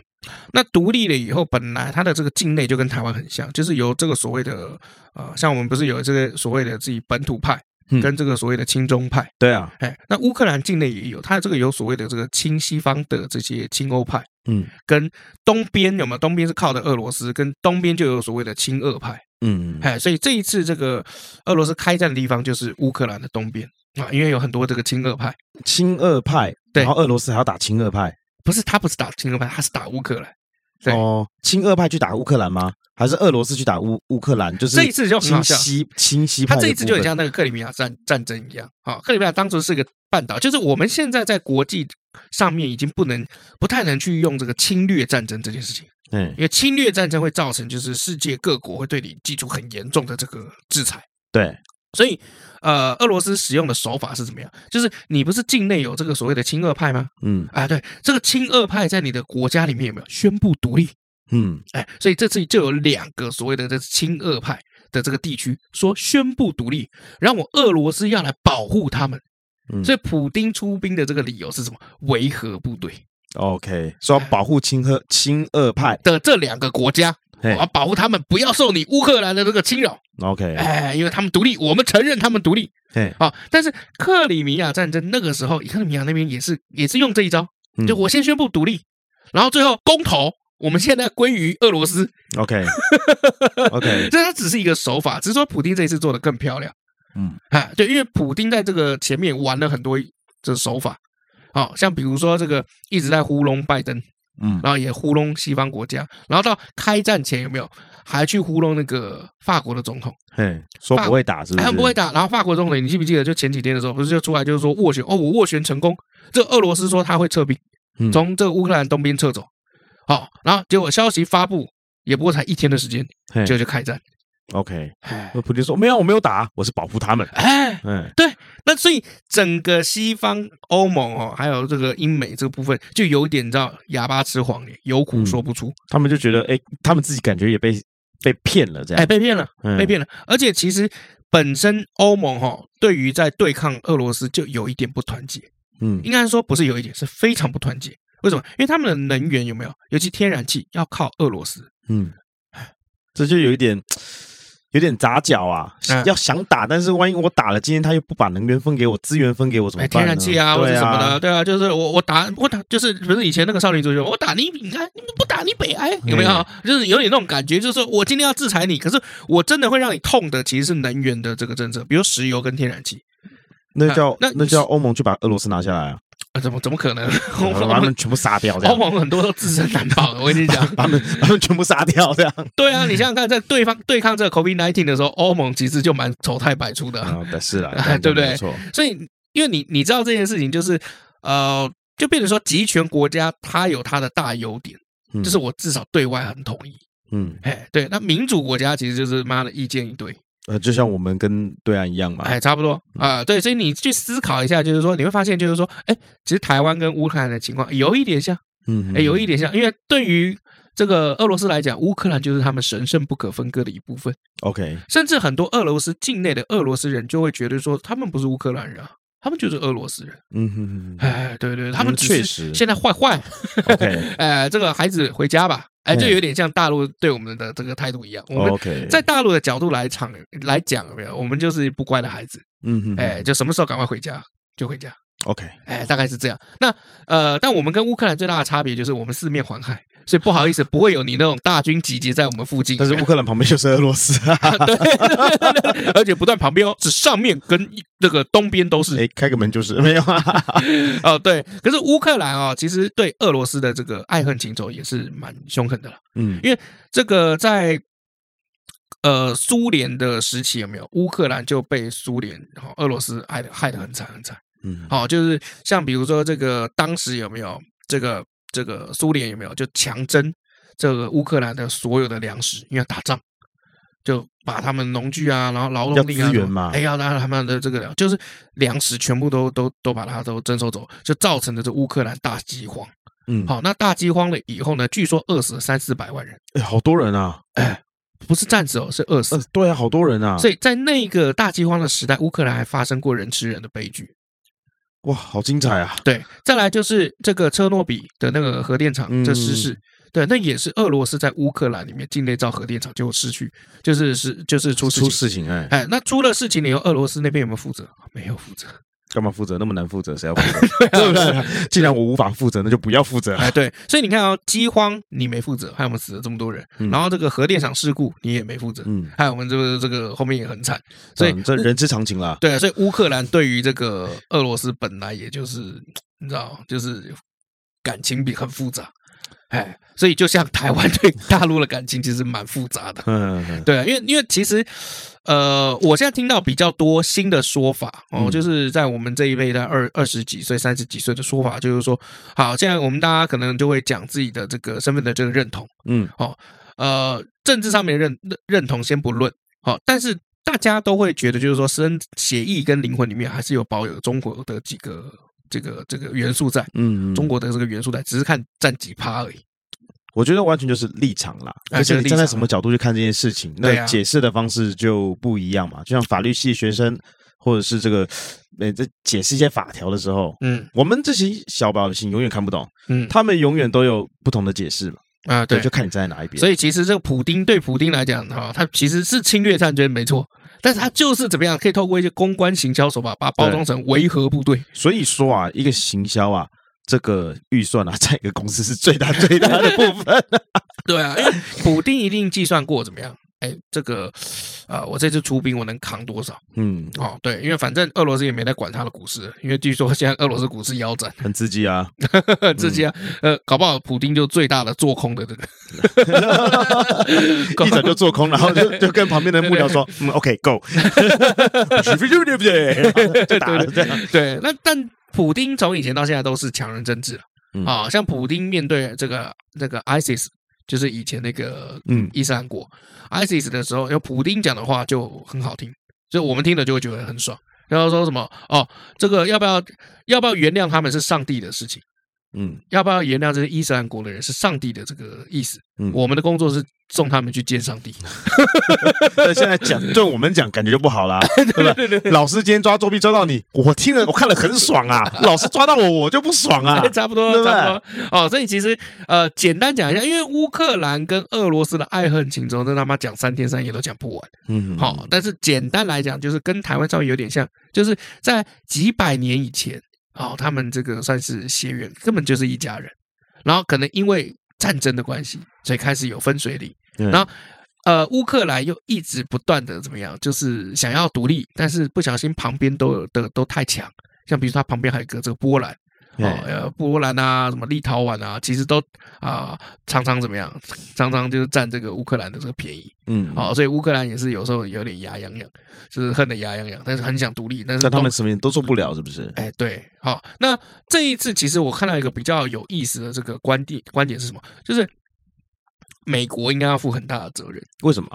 S1: 那独立了以后，本来它的这个境内就跟台湾很像，就是由这个所谓的呃，像我们不是有这个所谓的自己本土派
S2: 嗯。
S1: 跟这个所谓的亲中派，
S2: 对啊，
S1: 哎，那乌克兰境内也有，它这个有所谓的这个亲西方的这些亲欧派，
S2: 嗯
S1: 跟东边有没有？东边是靠的俄罗斯，跟东边就有所谓的亲俄派，
S2: 嗯，
S1: 哎，所以这一次这个俄罗斯开战的地方就是乌克兰的东边啊，因为有很多这个亲俄派，
S2: 亲俄派，
S1: 对
S2: 然后俄罗斯还要打亲俄派，
S1: 不是他不是打亲俄派，他是打乌克兰。对
S2: 哦，亲俄派去打乌克兰吗？还是俄罗斯去打乌乌克兰？就是
S1: 这一次就很好
S2: 亲
S1: 笑，
S2: 西亲西派
S1: 他
S2: 的部
S1: 这
S2: 分，
S1: 一次就很像那个克里米亚战战争一样啊、克里米亚当初是个半岛，就是我们现在在国际上面已经不能、不太能去用这个侵略战争这件事情，
S2: 嗯，
S1: 因为侵略战争会造成就是世界各国会对你寄出很严重的这个制裁。
S2: 对，
S1: 所以，呃，俄罗斯使用的手法是怎么样？就是你不是境内有这个所谓的亲俄派吗？
S2: 嗯
S1: 啊，对，这个亲俄派在你的国家里面有没有宣布独立？
S2: 嗯，
S1: 哎，所以这次就有两个所谓的这亲俄派的这个地区说宣布独立，然后我俄罗斯要来保护他们。
S2: 嗯
S1: 所以普丁出兵的这个理由是什么？维和部队
S2: OK，说保护亲俄亲俄派，
S1: 的这两个国家，我
S2: 嘿
S1: 要保护他们不要受你乌克兰的这个侵扰。
S2: ，OK，
S1: 哎，因为他们独立，我们承认他们独立
S2: 嘿，
S1: 啊。但是克里米亚战争那个时候，克里米亚那边也是也是用这一招，就
S2: 嗯
S1: 我先宣布独立，然后最后公投，我们现在归于俄罗斯，
S2: OK OK，
S1: 这它只是一个手法，只是说普丁这一次做的更漂亮。
S2: 嗯，
S1: 啊，对，因为普丁在这个前面玩了很多这手法，好、像比如说这个一直在糊弄拜登，
S2: 嗯
S1: 然后也糊弄西方国家，然后到开战前有没有还去糊弄那个法国的总统？
S2: 嘿，说不会打是不
S1: 哎
S2: 是？
S1: 他们不会打，然后法国总统你记不记得？就前几天的时候，不是就出来就是说斡旋哦，我斡旋成功，这俄罗斯说他会撤兵，
S2: 嗯
S1: 从这个乌克兰东边撤走，好、然后结果消息发布也不过才一天的时间，
S2: 嘿
S1: 就就开战。
S2: OK，
S1: 哎
S2: 那普京说没有，我没有打，啊我是保护他们。
S1: 哎，
S2: 嗯
S1: 那所以整个西方欧盟哦，还有这个英美这个部分，就有点到哑巴吃黄连，有苦说不出，
S2: 他们就觉得，哎、他们自己感觉也被被骗了，这
S1: 哎，
S2: 样、
S1: 被骗了，
S2: 嗯
S1: 被骗了。而且其实本身欧盟哈、哦，对于在对抗俄罗斯就有一点不团结，
S2: 嗯
S1: 应该说不是有一点，是非常不团结。为什么？因为他们的能源有没有，尤其天然气要靠俄罗斯，
S2: 嗯， 这就有一点有点砸脚啊、
S1: 嗯
S2: 要想打，但是万一我打了，今天他又不把能源分给我，资源分给我，怎么
S1: 哎，
S2: 办呢？
S1: 天然气啊，或者
S2: 对
S1: 什么
S2: 啊
S1: 的，，对啊，就是我我打我打，就是不是以前那个少林足球，我打你，你看你不打你北哀，有没有
S2: 嗯？
S1: 就是有点那种感觉，就是说我今天要制裁你，可是我真的会让你痛的，其实是能源的这个政策，比如石油跟天然气，
S2: 那叫、
S1: 那
S2: 那叫欧盟去把俄罗斯拿下 来啊，
S1: 啊，怎么怎么可能？ 我
S2: 把他
S1: 们
S2: 们全部杀掉，这
S1: 欧
S2: 样。
S1: 盟很多都自身难保，我跟你 讲，
S2: 把他们把他们全部杀掉，这样。
S1: 对啊，你想想看，在对方对抗这个 COVID nineteen 的时候，欧盟其实就蛮丑态
S2: 嗯
S1: 百出的啊，
S2: 啊，对是啦
S1: 哎，对不对
S2: 没错，
S1: 所以因为你你知道这件事情，就是呃，就变成说集权国家它有它的大优点，
S2: 嗯
S1: 就是我至少对外很统一。
S2: 嗯，
S1: 哎，对，那民主国家其实就是妈的意见一堆，
S2: 呃，就像我们跟对岸一样嘛，
S1: 哎，差不多
S2: 嗯
S1: 啊、对，所以你去思考一下，就是说你会发现，就是说，哎，其实台湾跟乌克兰的情况有一点像，
S2: 嗯，
S1: 哎，有一
S2: 点，
S1: 点像，因为对于这个俄罗斯来讲，乌克兰就是他们神圣不可分割的一部分，
S2: OK，
S1: 甚至很多俄罗斯境内的俄罗斯人就会觉得说，他们不是乌克兰人啊。他们就是俄罗斯人，
S2: 嗯哼哼 哼
S1: 哎，对对，他们
S2: 嗯
S1: 只
S2: 确
S1: 是
S2: 实
S1: 现在坏坏，
S2: ，OK
S1: 哎，这个孩子回家吧，哎，就
S2: 嗯
S1: 有点像大陆对我们的这个态度一样，我们
S2: OK，
S1: 在大陆的角度来讲来讲，有没有？我们就是不乖的孩子，
S2: 嗯哼，
S1: 哎，就什么时候赶快回家就回家，
S2: ，OK，
S1: 哎，大概是这样。那呃，但我们跟乌克兰最大的差别就是我们四面环海，所以不好意思，不会有你那种大军集结在我们附近。
S2: 但是乌克兰旁边就是俄罗斯，啊
S1: 对，而且不但旁边哦，是上面跟那个东边都是
S2: 哎，开个门就是没有啊，
S1: 哦，对。可是乌克兰哦，其实对俄罗斯的这个爱恨情仇也是蛮凶狠的啦。
S2: 嗯
S1: 这个在呃苏联的时期有没有？乌克兰就被苏联哈、哦、俄罗斯害的害得很惨很惨。
S2: 嗯，
S1: 好、哦就是像比如说这个当时有没有这个这个苏联有没有就强征这个乌克兰的所有的粮食，因为打仗。就把他们农具啊，然后劳
S2: 要
S1: 动力啊，
S2: 资源嘛
S1: 哎，要让他们的这个粮就是粮食全部都都都把它都征收走，就造成了这乌克兰大饥荒。
S2: 嗯，
S1: 好，那大饥荒了以后呢，据说饿死了三四百万人。
S2: 哎，好多人啊，
S1: 不是战死哦，是饿死
S2: 呃。，对啊，好多人啊，
S1: 所以在那个大饥荒的时代，乌克兰还发生过人吃人的悲剧。
S2: 哇，好精彩啊，
S1: 对，再来就是这个车诺比的那个核电厂
S2: 嗯
S1: 这失事，对，那也是俄罗斯在乌克兰里面境内造核电厂就失去，就是是就是出事
S2: 出
S1: 情。
S2: 事情哎，
S1: 哎，那出了事情以后，俄罗斯那边有没有负责？没有负责。
S2: 干嘛负责？那么难负责，谁要负 责？
S1: 啊
S2: 对不对？既然我无法负责，那就不要负责啊。
S1: 哎，对，所以你看啊、饥荒你没负责，害我们死了这么多人，
S2: 嗯
S1: 然后这个核电厂事故你也没负责，
S2: 嗯，
S1: 害我们这个这个后面也很惨。所以
S2: 嗯这人之常情啦。
S1: 对，所以乌克兰对于这个俄罗斯本来也就是你知道，就是感情比很复杂，哎，所以就像台湾对大陆的感情其实蛮复杂的。
S2: 嗯，嗯
S1: 对啊，因为因为其实，呃，我现在听到比较多新的说法哦，
S2: 嗯
S1: 就是在我们这一辈在二二十几岁、三十几岁的说法，就是说，好，现在我们大家可能就会讲自己的这个身份的这个认同。
S2: 嗯
S1: 呃，政治上面的认认认同先不论，好、但是大家都会觉得，就是说，身血意跟灵魂里面还是有保有中国的几个这个这个元素在，
S2: 嗯，嗯
S1: 中国的这个元素在，只是看占几趴而已。
S2: 我觉得完全就是立场啦，
S1: 哎
S2: 而且
S1: 就是
S2: 你
S1: 立
S2: 站在
S1: 场
S2: 什么角度去看这件事情，
S1: 对啊
S2: 那解释的方式就不一样嘛。就像法律系学生，或者是这个，呃，在解释一些法条的时候，
S1: 嗯
S2: 我们这些小老百姓永远看不懂，
S1: 嗯
S2: 他们永远都有不同的解释嘛。
S1: 啊，对，
S2: 就看你站在哪一边。
S1: 所以其实这个普丁对普丁来讲，哈、他其实是侵略战争没错，但是他就是怎么样，可以透过一些公关行销手法，把它包装成维和部 队。
S2: 所以说啊，一个行销啊，这个预算啊，在一个公司是最大最大的部分。
S1: 对啊，因为普丁一定计算过怎么样。哎，这个，呃，我这次出兵我能扛多少？
S2: 嗯，
S1: 哦，对，因为反正俄罗斯也没在管他的股市，因为据说现在俄罗斯股市腰斩，
S2: 很刺激啊。
S1: 这些、
S2: 嗯
S1: 呃，搞不好普丁就最大的做空的这个，
S2: 一早就做空，然后 就就跟旁边的幕僚 说：“嗯，OK，Go。”对不对？就打了这样。
S1: 对，那但普丁从以前到现在都是强人政治了
S2: 嗯
S1: 啊、像普丁面对这个那个 ISIS，就是以前那个
S2: 嗯
S1: 伊斯兰国 ISIS 的时候，有普丁讲的话就很好听，就我们听了就会觉得很爽。然后说什么哦，这个要不要要不要原谅他们是上帝的事情。
S2: 嗯
S1: 要不要原谅这些伊斯兰国的人是上帝的这个意思？
S2: 嗯
S1: 我们的工作是送他们去见上帝。。
S2: 但现在讲对我们讲感觉就不好 啦，对吧？老师今天抓作弊抓到你，我听了我看了很爽啊。 老师抓到我，我就不爽啊
S1: 差不多
S2: 对，不对
S1: 差不多。哦，所以其实呃，简单讲一下，因为乌克兰跟俄罗斯的爱恨情仇，真他妈讲三天三夜都讲不完。
S2: 嗯，
S1: 好、但是简单来讲，就是跟台湾稍微有点像，就是在几百年以前，哦，他们这个算是血缘，根本就是一家人。然后可能因为战争的关系，所以开始有分水岭。
S2: 嗯
S1: 然后，呃，乌克兰又一直不断的怎么样，就是想要独立，但是不小心旁边都有的都太强，像比如说它旁边还有一个这个波兰。哦
S2: 哎，
S1: 呃，波兰啊，什么立陶宛啊，其实都啊、常常怎么样，常常就是占这个乌克兰的这个便宜。
S2: 嗯，
S1: 好、哦所以乌克兰也是有时候有点牙痒痒，就是恨得牙痒痒，但是很想独立，但是
S2: 但他
S1: 都
S2: 们什么也都做不了，是不是？
S1: 哎，对，好，那这一次其实我看到一个比较有意思的这个观点，观点是什么？就是美国应该要负很大的责任，
S2: 为什么？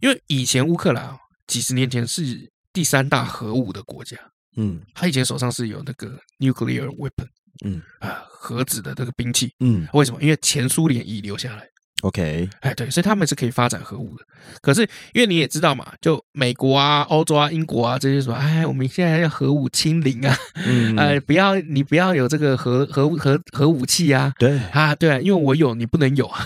S1: 因为以前乌克兰啊几十年前是第三大核武的国家，
S2: 嗯
S1: 他以前手上是有那个 nuclear weapon，
S2: 嗯
S1: 啊，核子的这个兵器。
S2: 嗯
S1: 为什么？因为前苏联遗留下来。
S2: ，OK，
S1: 哎，对，所以他们是可以发展核武的。可是因为你也知道嘛，就美国啊、欧洲啊、英国啊这些什么，哎，我们现在要核武清零啊，
S2: 嗯，
S1: 哎，不要你不要有这个核核核核武器啊。
S2: 对，
S1: 啊，对啊，因为我有，你不能有啊。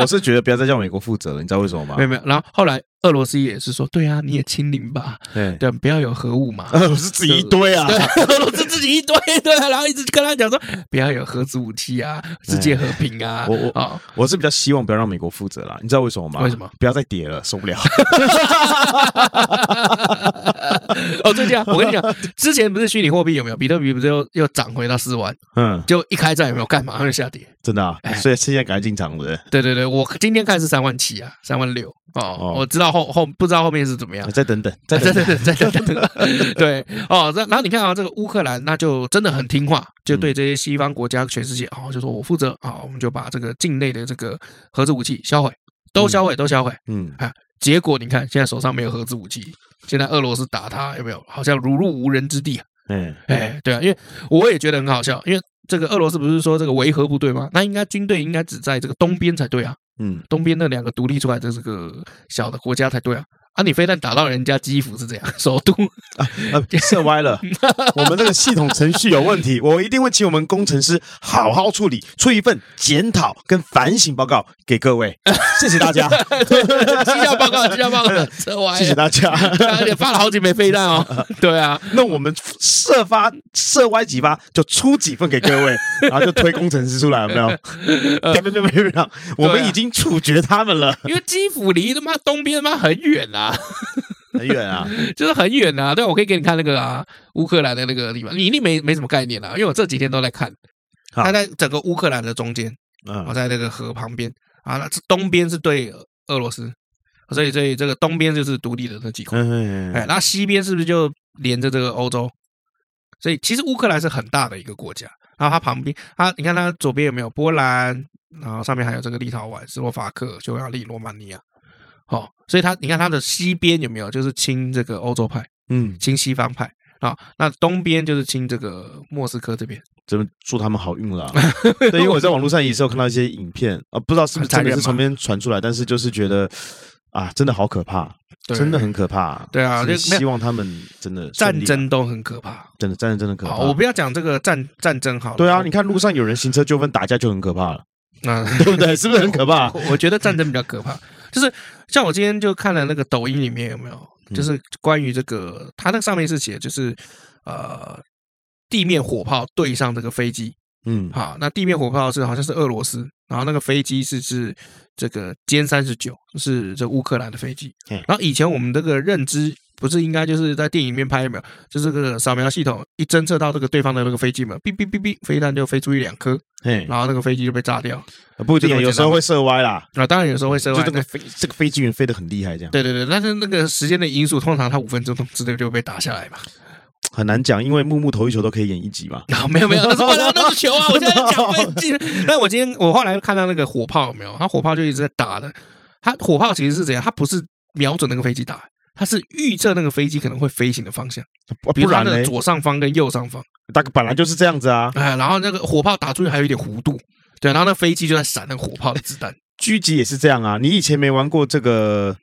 S2: 我是觉得不要再叫美国负责了，你知道为什么吗
S1: 没？有没有，然后后来俄罗斯也是说，对啊，你也清零吧，
S2: 对，
S1: 对啊，不要有核武嘛。
S2: 我是自己一堆啊，
S1: 对，俄罗斯自己一堆，对啊，然后一直跟他讲说，不要有核子武器啊，世界和平啊，
S2: 哎我我
S1: 啊，
S2: 我是比较希望不要让美国负责啦，你知道为什么吗？
S1: 为什么？
S2: 不要再叠了，受不了。
S1: 哦，最近啊，我跟你讲，之前不是虚拟货币有没有？比特币不是又又涨回到四万，
S2: 嗯，
S1: 就一开战有没有干？马上就下跌。
S2: 真的啊，
S1: 哎
S2: 所以现在赶快进场了，
S1: 对对对，我今天看是三万七啊，三万六哦，
S2: 哦
S1: 我知道后后不知道后面是怎么样。
S2: 再等等，再
S1: 对
S2: 等
S1: 对
S2: 等。
S1: 对对对对， 对哦，那然后你看啊，这个乌克兰那就真的很听话，就对这些西方国家、全世界哦，就说我负责啊、我们就把这个境内的这个核子武器销毁，都销毁，都销毁。
S2: 嗯，
S1: 结果你看，现在手上没有核子武器，现在俄罗斯打他有没有？好像如入无人之地啊！
S2: 哎，
S1: 哎， 对啊，因为我也觉得很好笑，因为这个俄罗斯不是说这个维和部队吗？那应该军队应该只在这个东边才对啊，
S2: 嗯，
S1: 东边那两个独立出来的这个小的国家才对啊。啊，你非但打到人家基辅是这样， 首都，
S2: 呃，射歪了，我们这个系统程序有问题，我一定会请我们工程师好好处理，出一份检讨跟反省报告给各位，谢谢大家，
S1: 绩效报告，绩效报告，这玩
S2: 谢
S1: 意
S2: 谢
S1: 儿，
S2: 大家。
S1: 对啊而且发了好几枚飞弹 哦。对啊，
S2: 那我们射发射歪几发，就出几份给各位，然后就推工程师出来，有没有？
S1: 嗯
S2: 别别别别别！我
S1: 啊
S2: 们已经处决他们了，
S1: 因为基辅离他妈东边他妈很远啊。
S2: 很远啊。
S1: 就是很远啊，对啊，我可以给你看那个啊，乌克兰的那个地方，你一定没没什么概念啊啦、因为我这几天都在看，
S2: 好
S1: 它在整个乌克兰的中间，我
S2: 嗯，
S1: 在那个河旁边啊，那这东边是对俄罗斯，啊所以所以这个东边就是独立的那几块，哎，
S2: 嗯，
S1: 那西边是不是就连着这个欧洲？所以其实乌克兰是很大的一个国家，然后它旁边，它你看它左边有没有波兰，然后上面还有这个立陶宛、斯洛伐克、匈牙利、罗马尼亚，哦，所以它你看它的西边有没有就是亲这个欧洲派？
S2: 嗯，
S1: 亲西方派啊、那东边就是亲这个莫斯科这边，
S2: 真的祝他们好运 了啊。对，因为我在网络上也是有看到一些影片啊，不知道是不是真的是从边传出来，但是就是觉得啊，真的好可怕，
S1: 对
S2: 真的很可怕。
S1: 对啊
S2: 就是
S1: 就没有
S2: 希望他们真的
S1: 战
S2: 顺利啊，
S1: 争都很可怕。
S2: 真的战争真的可
S1: 好，我
S2: 怕。
S1: 不要讲这个战战争好了。
S2: 对啊，你看路上有人行车纠纷打架就很可怕 了，
S1: 那、
S2: 对不对？是不是很可怕？
S1: 啊我我觉得战争比较可怕，就是像我今天就看了那个抖音里面有没有，
S2: 嗯
S1: 就是关于这个，它那个上面是写就是呃地面火炮对上这个飞机，
S2: 嗯，
S1: 好，那地面火炮是好像是俄罗斯，然后那个飞机是是这个歼三十九，是这乌克兰的飞机
S2: 嗯。
S1: 然后以前我们这个认知不是应该就是在电影里面拍有没有？就是这个扫描系统一侦测到这个对方的那个飞机嘛，哔哔哔哔，飞弹就飞出一两颗，
S2: 嘿，
S1: 然后那个飞机就被炸掉。
S2: 呃不一定，有时候会射歪啦。
S1: 啊，当然有时候会射
S2: 就
S1: 歪
S2: 这个
S1: 的。
S2: 飞这个飞机云飞得很厉害，这样
S1: 对对对，但是那个时间的因素，通常它五分钟之内就被打下来嘛。
S2: 很难讲，因为木木头一球都可以演一集嘛。
S1: 啊，没有没有，那是我那是球啊！我现在在讲飞机。 但我今天我后来看到那个火炮有没有？它火炮就一直在打的。它火炮其实是怎样？它不是瞄准那个飞机打，它是预测那个飞机可能会飞行的方向，
S2: 啊
S1: 比如
S2: 不
S1: 说它
S2: 然呢
S1: 的？左上方跟右上方。
S2: 大概本来就是这样子啊。
S1: 哎，然后那个火炮打出去还有一点弧度，对，然后那飞机就在闪那个火炮的子弹。
S2: 狙击也是这样啊。你以前没玩过这个，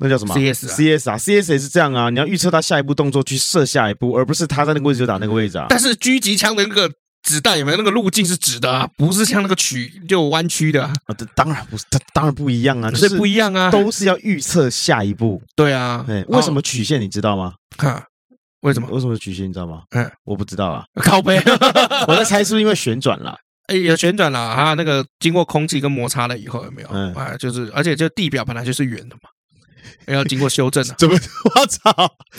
S2: 那叫什么
S1: CS 啊
S2: CS 啊，CS 也是这样啊。你要预测他下一步动作去射下一步，而不是他在那个位置就打那个位置啊。
S1: 但是狙击枪的那个子弹有没有那个路径是直的啊？不是像那个曲就弯曲的、啊，
S2: 啊，这当然不是，它当然不一样啊，
S1: 所
S2: 就
S1: 以
S2: 是
S1: 不一样啊。
S2: 都是要预测下一步。
S1: 对啊
S2: 哎，，
S1: 哦
S2: 为什？么曲线你知道吗？
S1: 哈为什么？
S2: 为什么曲线你知道吗？
S1: 嗯，
S2: 我不知道 啊，
S1: 靠背。
S2: 我在猜是不是因为旋转啦？
S1: 哎，有旋转啦，啊，那个经过空气跟摩擦了以后有没有？
S2: 嗯。
S1: 啊，就是而且就地表本来就是圆的嘛，要经过修正的
S2: 怎么？ 我操，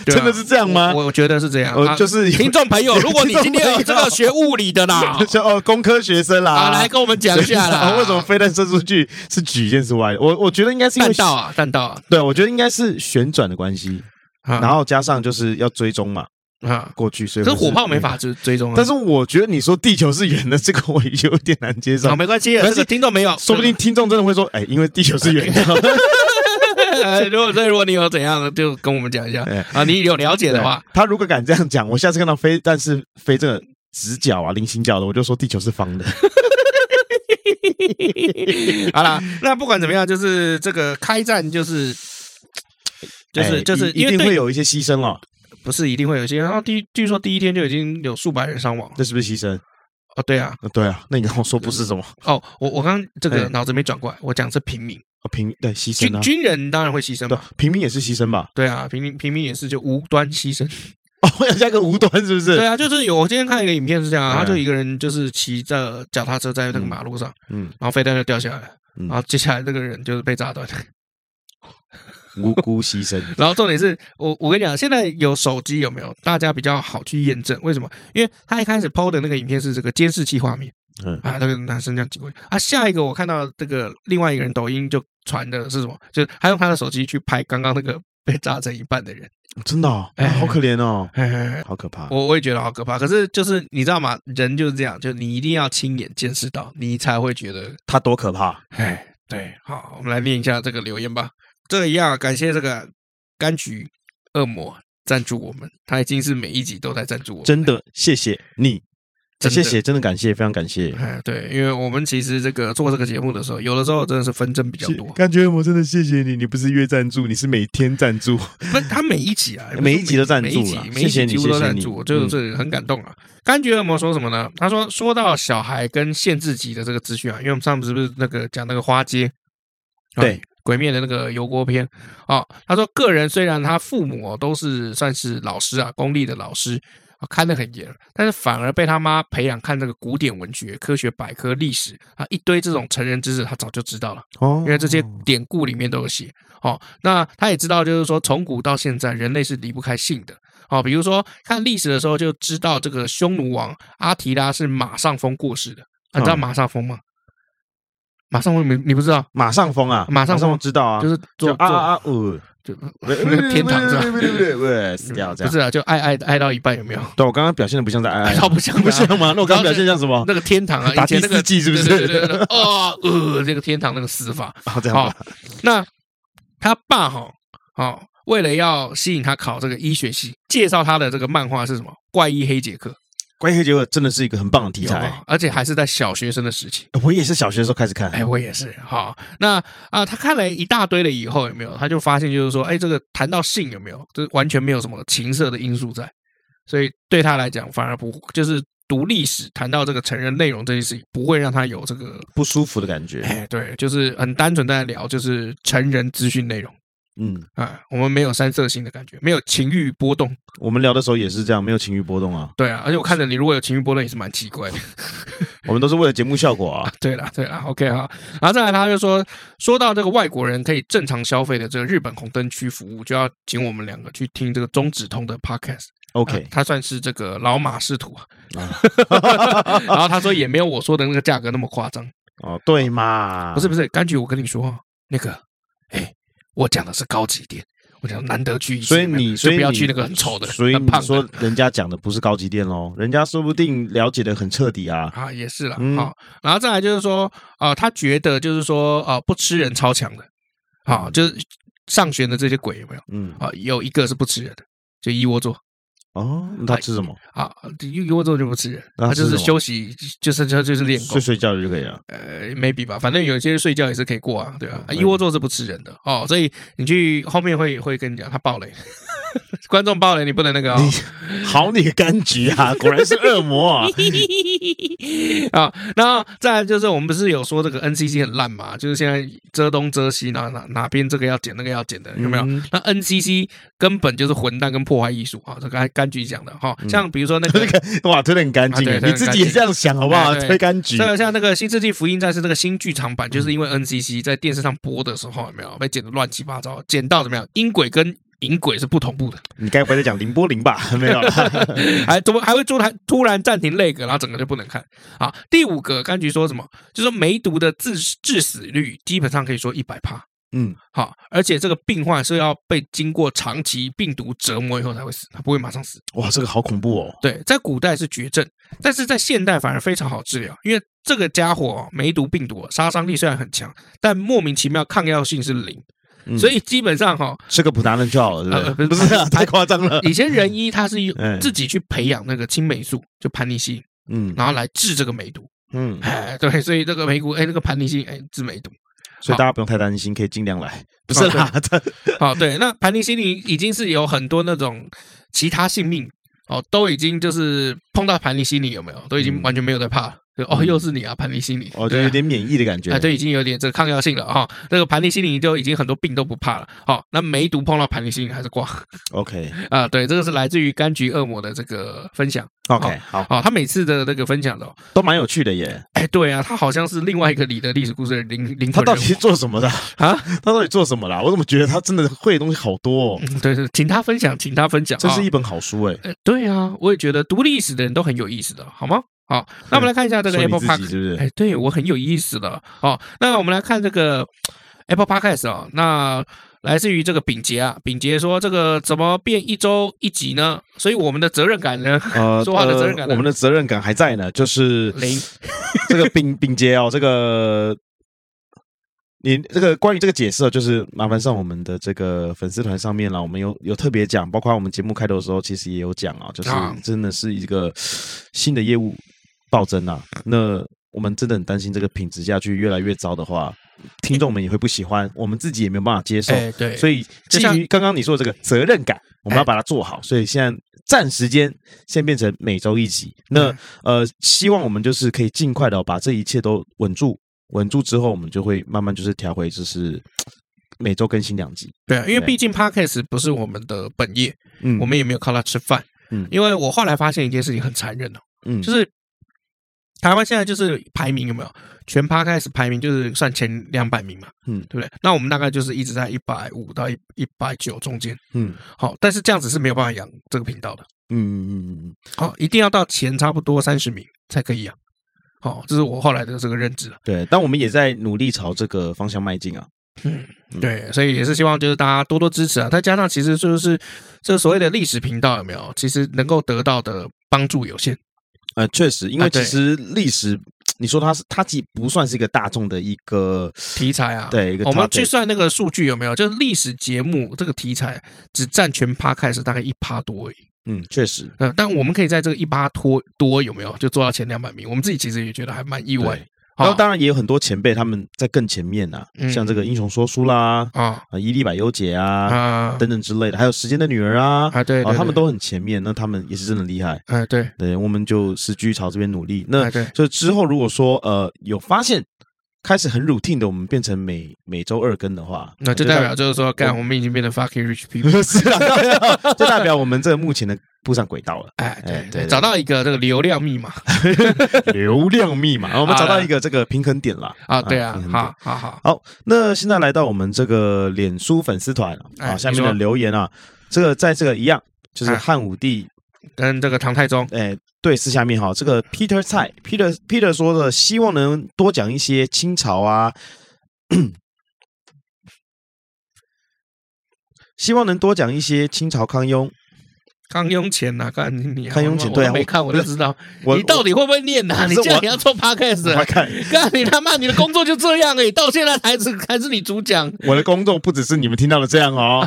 S1: 对啊
S2: 真的是这样吗？
S1: 我我觉得是这样，
S2: 呃
S1: 啊
S2: 就是有
S1: 听众朋友，如果你今天有
S2: 听
S1: 这
S2: 众朋友
S1: 个学物理的啦，
S2: 就哦，工科学生啦，
S1: 啊，来跟我们讲一下 啦，
S2: 为什么飞弹射出去是举箭是歪的？我我觉得应该是因
S1: 弹
S2: 为
S1: 道啊，弹道啊，
S2: 对，我觉得应该是旋转的关系，
S1: 啊
S2: 然后加上就是要追踪嘛，
S1: 啊，
S2: 过去所以
S1: 可是
S2: 会
S1: 火炮没。法追追踪啊，
S2: 但是我觉得你说地球是圆的，这个我有点难接受
S1: 好，。啊没关系，
S2: 但
S1: 这
S2: 是
S1: 个听众没有，哎
S2: 说 不定听众真的会说，哎，因为地球是圆 的，
S1: 呃，如果所以如果你有怎样的，就跟我们讲一下
S2: 哎
S1: 啊。你有了解的话，
S2: 他如果敢这样讲，我下次看到飞弹是飞这个直角啊、菱形角的，我就说地球是方的。
S1: 好啦，那不管怎么样，就是这个开战 就是。就是
S2: 哎
S1: 就是，
S2: 一一
S1: 因为
S2: 定
S1: 对
S2: 会有一些牺牲哦，
S1: 不是一定会有一些，然后第据说第一天就已经有数百人伤亡了。
S2: 这是不是牺牲？
S1: 哦，对啊，
S2: 呃对啊，那你跟我说不是什么
S1: 哦，我我刚刚这个
S2: 哎
S1: 脑子没转过来，我讲是平民，
S2: 哦平对牺牲
S1: 军
S2: 啊，
S1: 军人当然会牺牲
S2: 对
S1: 嘛，
S2: 平民也是牺牲吧？
S1: 对啊，平民平民也是就无端牺牲，
S2: 哦，要加个无端是不是？
S1: 对啊，就是有我今天看一个影片是这样啊，
S2: 哎
S1: 他就一个人就是骑着脚踏车在那个马路上，
S2: 嗯，
S1: 然后飞弹就掉下来了，
S2: 嗯
S1: 然后接下来这个人就是被炸断，
S2: 无辜牺 牲。
S1: 然后重点是我，我跟你讲，现在有手机有没有？大家比较好去验证，为什么？因为他一开始 PO 的那个影片是这个监视器画面，
S2: 嗯
S1: 啊，那个男生这样挤过去啊。下一个我看到这个另外一个人抖音就传的是什么？就是他用他的手机去拍刚刚那个被炸成一半的人，
S2: 真的、哦，
S1: 哎
S2: 哎，好可怜哦，
S1: 嘿嘿嘿
S2: 好可怕。
S1: 我我也觉得好可怕。可是就是你知道吗？人就是这样，就你一定要亲眼见识到，你才会觉得
S2: 他多可怕！
S1: 哎，对，好，我们来念一下这个留言吧。这一样，啊感谢这个柑橘恶魔赞助我们，他已经是每一集都在赞助我们，
S2: 真的，谢谢你，
S1: 真的
S2: 谢谢，真的感谢，非常感谢。
S1: 哎，对，因为我们其实这个做这个节目的时候，有的时候真的是纷 争比较多，
S2: 感觉我真的谢谢你，你不是月赞助，你是每天赞 助。
S1: 不，他每一集啊，
S2: 每一集都赞助
S1: 每一集
S2: 啦
S1: 每一
S2: 谢谢
S1: 集
S2: 你嗯
S1: 几乎都赞
S2: 谢谢
S1: 助，
S2: 你
S1: 我就是很感动啊。柑橘恶魔说什么呢？他说说到小孩跟限制级的这个资讯啊，因为我们上次是不是那个讲那个花街，啊
S2: 对。
S1: 鬼灭的那个油锅篇啊，他说个人虽然他父母哦都是算是老师啊，公立的老师啊，看得很严，但是反而被他妈培养看这个古典文学、科学百科、历史啊，一堆这种成人知识，他早就知道了。
S2: 哦
S1: 啊因为这些典故里面都有写。哦，那他也知道，就是说从古到现在，人类是离不开性的。哦，比如说看历史的时候就知道，这个匈奴王阿提拉是马上风过世的。啊、你知道
S2: 嗯
S1: 马上风吗？马上风你你不知道，
S2: 马上疯啊，
S1: 马上疯
S2: 疯知道啊，
S1: 就是做
S2: 就啊啊
S1: 做
S2: 啊，呃，
S1: 就 天
S2: 天
S1: 堂是吧
S2: 吧？ 死掉这
S1: 不
S2: 样。
S1: 是啊，就爱爱爱到一半有没有？
S2: 对我刚刚表现的不像在爱爱，
S1: 超不像的啊
S2: 不像吗？那我刚刚表现像什么？
S1: 那个天堂啊，
S2: 打
S1: 以前那
S2: 第
S1: 个
S2: 四季是不是
S1: 对对对对对哦，呃，这个天堂那个死法，
S2: 好哦这样
S1: 好
S2: 吧，，
S1: 那他爸哈，哦，为了要吸引他考这个医学系，介绍他的这个漫画是什么？怪医黑杰克
S2: 关于黑杰克真的是一个很棒的题
S1: 有没有
S2: 材。
S1: 而且还是在小学生的时期。
S2: 我也是小学的时候开始看，
S1: 哎，我也是。好，那啊、他看了一大堆了以后，有没有？他就发现就是说，哎，这个谈到性有没有，这完全没有什么情色的因素在，所以对他来讲反而不就是读历史谈到这个成人内容这件事情，不会让他有这个
S2: 不舒服的感觉。
S1: 哎，对，就是很单纯在聊就是成人资讯内容。
S2: 嗯，
S1: 啊，我们没有三色心的感觉，没有情欲波动，
S2: 我们聊的时候也是这样，没有情欲波动啊。
S1: 对啊，而且我看着你如果有情欲波动也是蛮奇怪的。
S2: 我们都是为了节目效果啊。
S1: 对啦，对啦 o k 哈，然后再来他就说，说到这个外国人可以正常消费的这个日本红灯区服务，就要请我们两个去听这个中指通的 podcast。 啊
S2: OK，
S1: 他算是这个老马识途啊。
S2: 啊
S1: 然后他说也没有我说的那个价格那么夸张，
S2: 哦，对嘛，
S1: 不是不是，柑橘，我跟你说哦，那个，哎，我讲的是高级店。我讲难得去一次，
S2: 所以
S1: 有没有
S2: 你，
S1: 就
S2: 所以
S1: 不要
S2: 你
S1: 去那个很丑的、
S2: 所以
S1: 很
S2: 你
S1: 胖的
S2: 说人家讲的不是高级店喽，人家说不定了解的很彻底啊。
S1: 啊，也是啦，好、
S2: 嗯
S1: 然后再来就是说，啊，他觉得就是说，啊，不吃人超强的，啊，就是上学的这些鬼有没有？
S2: 嗯，
S1: 啊，有一个是不吃人的，就一窝座
S2: 哦，那他吃什么？
S1: 啊，一一窝座就不吃人，
S2: 那
S1: 他
S2: 他
S1: 就
S2: 吃
S1: 是
S2: 啊什么
S1: 休息，就是他就是练功
S2: 睡，睡觉就可以了。
S1: 呃，maybe 吧，反正有些睡觉也是可以过啊，对吧、啊？
S2: 嗯
S1: 一窝座是不吃人的哦，所以你去后面会会跟你讲，他爆雷， 观众爆雷你不能那个哦
S2: 好你个柑橘啊，果然是恶魔 啊！
S1: 啊。然后再来就是我们不是有说这个 NCC 很烂嘛，就是现在遮东遮西，然后哪哪边这个要剪那个要剪的，有没有？
S2: 嗯
S1: 那 NCC 根本就是混蛋跟破坏艺术啊！这刚柑橘讲的哈，像比如说那个
S2: 哇，推的很干净欸哎
S1: 啊对推，得
S2: 你
S1: 很
S2: 自己也这样想好不好？
S1: 干净
S2: 推柑橘
S1: 这，个像那个《新世纪福音战士》那个新剧场版，就是因为 NCC 在电视上播的时候，有没有被剪得乱七八糟，剪到怎么样？音轨跟音轨是不同步的，
S2: 你该不会在讲林波林吧？ 没有啦，
S1: 还哎怎么还会突然突然暂停那个，然后整个就不能看啊？第五个，柑橘说什么？就说梅毒的致致死率基本上可以说一百趴。
S2: 嗯，
S1: 好，而且这个病患是要被经过长期病毒折磨以后才会死，他不会马上死。
S2: 哇，这个好恐怖哦！
S1: 对，在古代是绝症，但是在现代反而非常好治疗，因为这个家伙、哦、梅毒病毒、哦、杀伤力虽然很强，但莫名其妙抗药性是零，
S2: 嗯
S1: 所以基本上哈、哦，
S2: 吃个普达人就好了，对不对？
S1: 呃不
S2: 不
S1: 是
S2: 是 啊，太夸张了。
S1: 以前人医他是用
S2: 嗯
S1: 自己去培养那个青霉素，就盘尼西林，
S2: 嗯
S1: 然后来治这个梅毒。
S2: 嗯，
S1: 哎，对，所以这个梅毒，哎，那个盘尼西林，哎，治梅毒。
S2: 所以大家不用太担心，可以尽量来。不是啦，这
S1: 哦，对，那盘尼西林已经是有很多那种其他性命哦，都已经就是碰到盘尼西林有没有，都已经
S2: 嗯
S1: 完全没有在怕了。就哦，又是你啊，盘尼西林。
S2: 我觉得哦有点免疫的感觉
S1: 啊，。对，已经有点这个抗药性了哈、这个盘尼西林就已经很多病都不怕了。好、那梅毒碰到盘尼西林还是挂
S2: OK
S1: 啊？对，这个是来自于柑橘恶魔的这个分享
S2: OK，好，
S1: 啊、他每次的那个分享的、哦，
S2: 都蛮有趣的耶。
S1: 哎，对啊，他好像是另外一个你的历史故事的灵灵
S2: 他
S1: 魂
S2: 到
S1: 人
S2: 底是
S1: 物
S2: 做什么的？
S1: 啊。
S2: 他到底做什么啦？我怎么觉得他真的会的东西好多哦？
S1: 嗯对对，请他分享，请他分享。
S2: 这是
S1: 啊
S2: 一本好书哎，
S1: 呃对啊，我也觉得读历史的人都很有意思的，好吗？好，那我们来看一下这个
S2: 说你
S1: Apple
S2: 自
S1: Park
S2: 己是不是
S1: 哎，对我很有意思的哦。那我们来看这个 Apple Podcast 啊、哦，那来自于这个秉杰啊，秉杰说这个怎么变一周一集呢？所以我们的责任感呢，
S2: 呃，
S1: 说话的责任感啊呢
S2: 呃我们的责任感还在呢，就是
S1: 零
S2: 这个丙丙杰哦，这个你这个关于这个解释哦，就是麻烦上我们的这个粉丝团上面了，我们有有特别讲，包括我们节目开头的时候，其实也有讲啊，就是
S1: 啊
S2: 真的是一个新的业务暴增啊，那。我们真的很担心，这个品质下去越来越糟的话，听众们也会不喜欢，我们自己也没有办法接受。
S1: 哎，对，
S2: 所以
S1: 就
S2: 基
S1: 像哎
S2: 于刚刚你说的这个责任感，我们要把它做好。所以现在暂时间先变成每周一集。那
S1: 嗯
S2: 呃，希望我们就是可以尽快的把这一切都稳住，稳住之后，我们就会慢慢就是调回，就是每周更新两集。
S1: 对啊，因为
S2: 对
S1: 毕竟 Podcast 不是我们的本业，
S2: 嗯，
S1: 我们也没有靠它吃饭。
S2: 嗯
S1: 因为我后来发现一件事情很残忍哦，
S2: 嗯
S1: 就是台湾现在就是排名有没有全 Podcast 排名就是算前两百名嘛，
S2: 嗯
S1: 对不对？那我们大概就是一直在一百五到一一百九中间。
S2: 嗯
S1: 好，但是这样子是没有办法养这个频道的。
S2: 嗯嗯嗯
S1: 好，一定要到前差不多三十名才可以养。好，这是我后来的这个认知啊。
S2: 对。但我们也在努力朝这个方向迈进啊。
S1: 对，所以也是希望就是大家多多支持啊。再加上其实就是这所谓的历史频道有没有，其实能够得到的帮助有限。
S2: 呃，确实，因
S1: 啊
S2: 为
S1: 对
S2: 其实历史，你说它是它既不算是一个大众的一个
S1: 题材啊，
S2: 对一个
S1: 我们
S2: topic
S1: 去算那个数据有没有？就是历史节目这个题材只占全趴开始大概一趴多而已。
S2: 嗯，确实
S1: 嗯，但我们可以在这个一趴多多有没有就做到前两百名？我们自己其实也觉得还蛮意外
S2: 对。
S1: 好
S2: 然后当然也有很多前辈他们在更前面啊，
S1: 嗯
S2: 像这个英雄说书啦，
S1: 啊
S2: 啊伊利百优姐啊
S1: 啊
S2: 等等之类的，还有时间的女儿啊，
S1: 啊，对，
S2: 啊
S1: 对
S2: 他们
S1: 对
S2: 都很前面，那他们也是真的厉害。
S1: 哎对，
S2: 对，我们就是继续朝这边努力。那
S1: 哎对，
S2: 就之后如果说呃有发现开始很 routine 的，我们变成每每周二更的话，
S1: 那就代表就是说，干我们已经变得 fucking rich people。，
S2: 是啊，代表就代表我们这目前的步上轨道了
S1: 哎，
S2: 哎
S1: 对
S2: 对
S1: 对，
S2: 对
S1: 找到一个这个流量密码
S2: 流量密码， 啊我们找到一个这个平衡点了
S1: 啊，对啊
S2: 平，衡点
S1: 好好好，
S2: 好，那现在来到我们这个脸书粉丝团
S1: 哎
S2: 啊，下
S1: 你
S2: 面
S1: 说
S2: 的留言啊，这个在这个一样，就是
S1: 哎
S2: 汉武帝，
S1: 跟这个唐太宗，
S2: 哎，对，是下面哈，这个 Peter 蔡 Peter Peter 说的，希望能多讲一些清朝啊。 希望能多讲一些清朝康雍，
S1: 康雍乾呐，看你啊
S2: 康雍乾
S1: 我
S2: 对啊
S1: 我没
S2: 我
S1: 看我就知道，
S2: 我
S1: 你到底会不会念呐？
S2: 我
S1: 你
S2: 是
S1: 这样
S2: 我
S1: 你要做 podcast，
S2: 我
S1: 啊
S2: 我看
S1: 干你他妈，你的工作就这样哎，到现在还是还是你主讲，
S2: 我的工作不只是你们听到的这样 哦。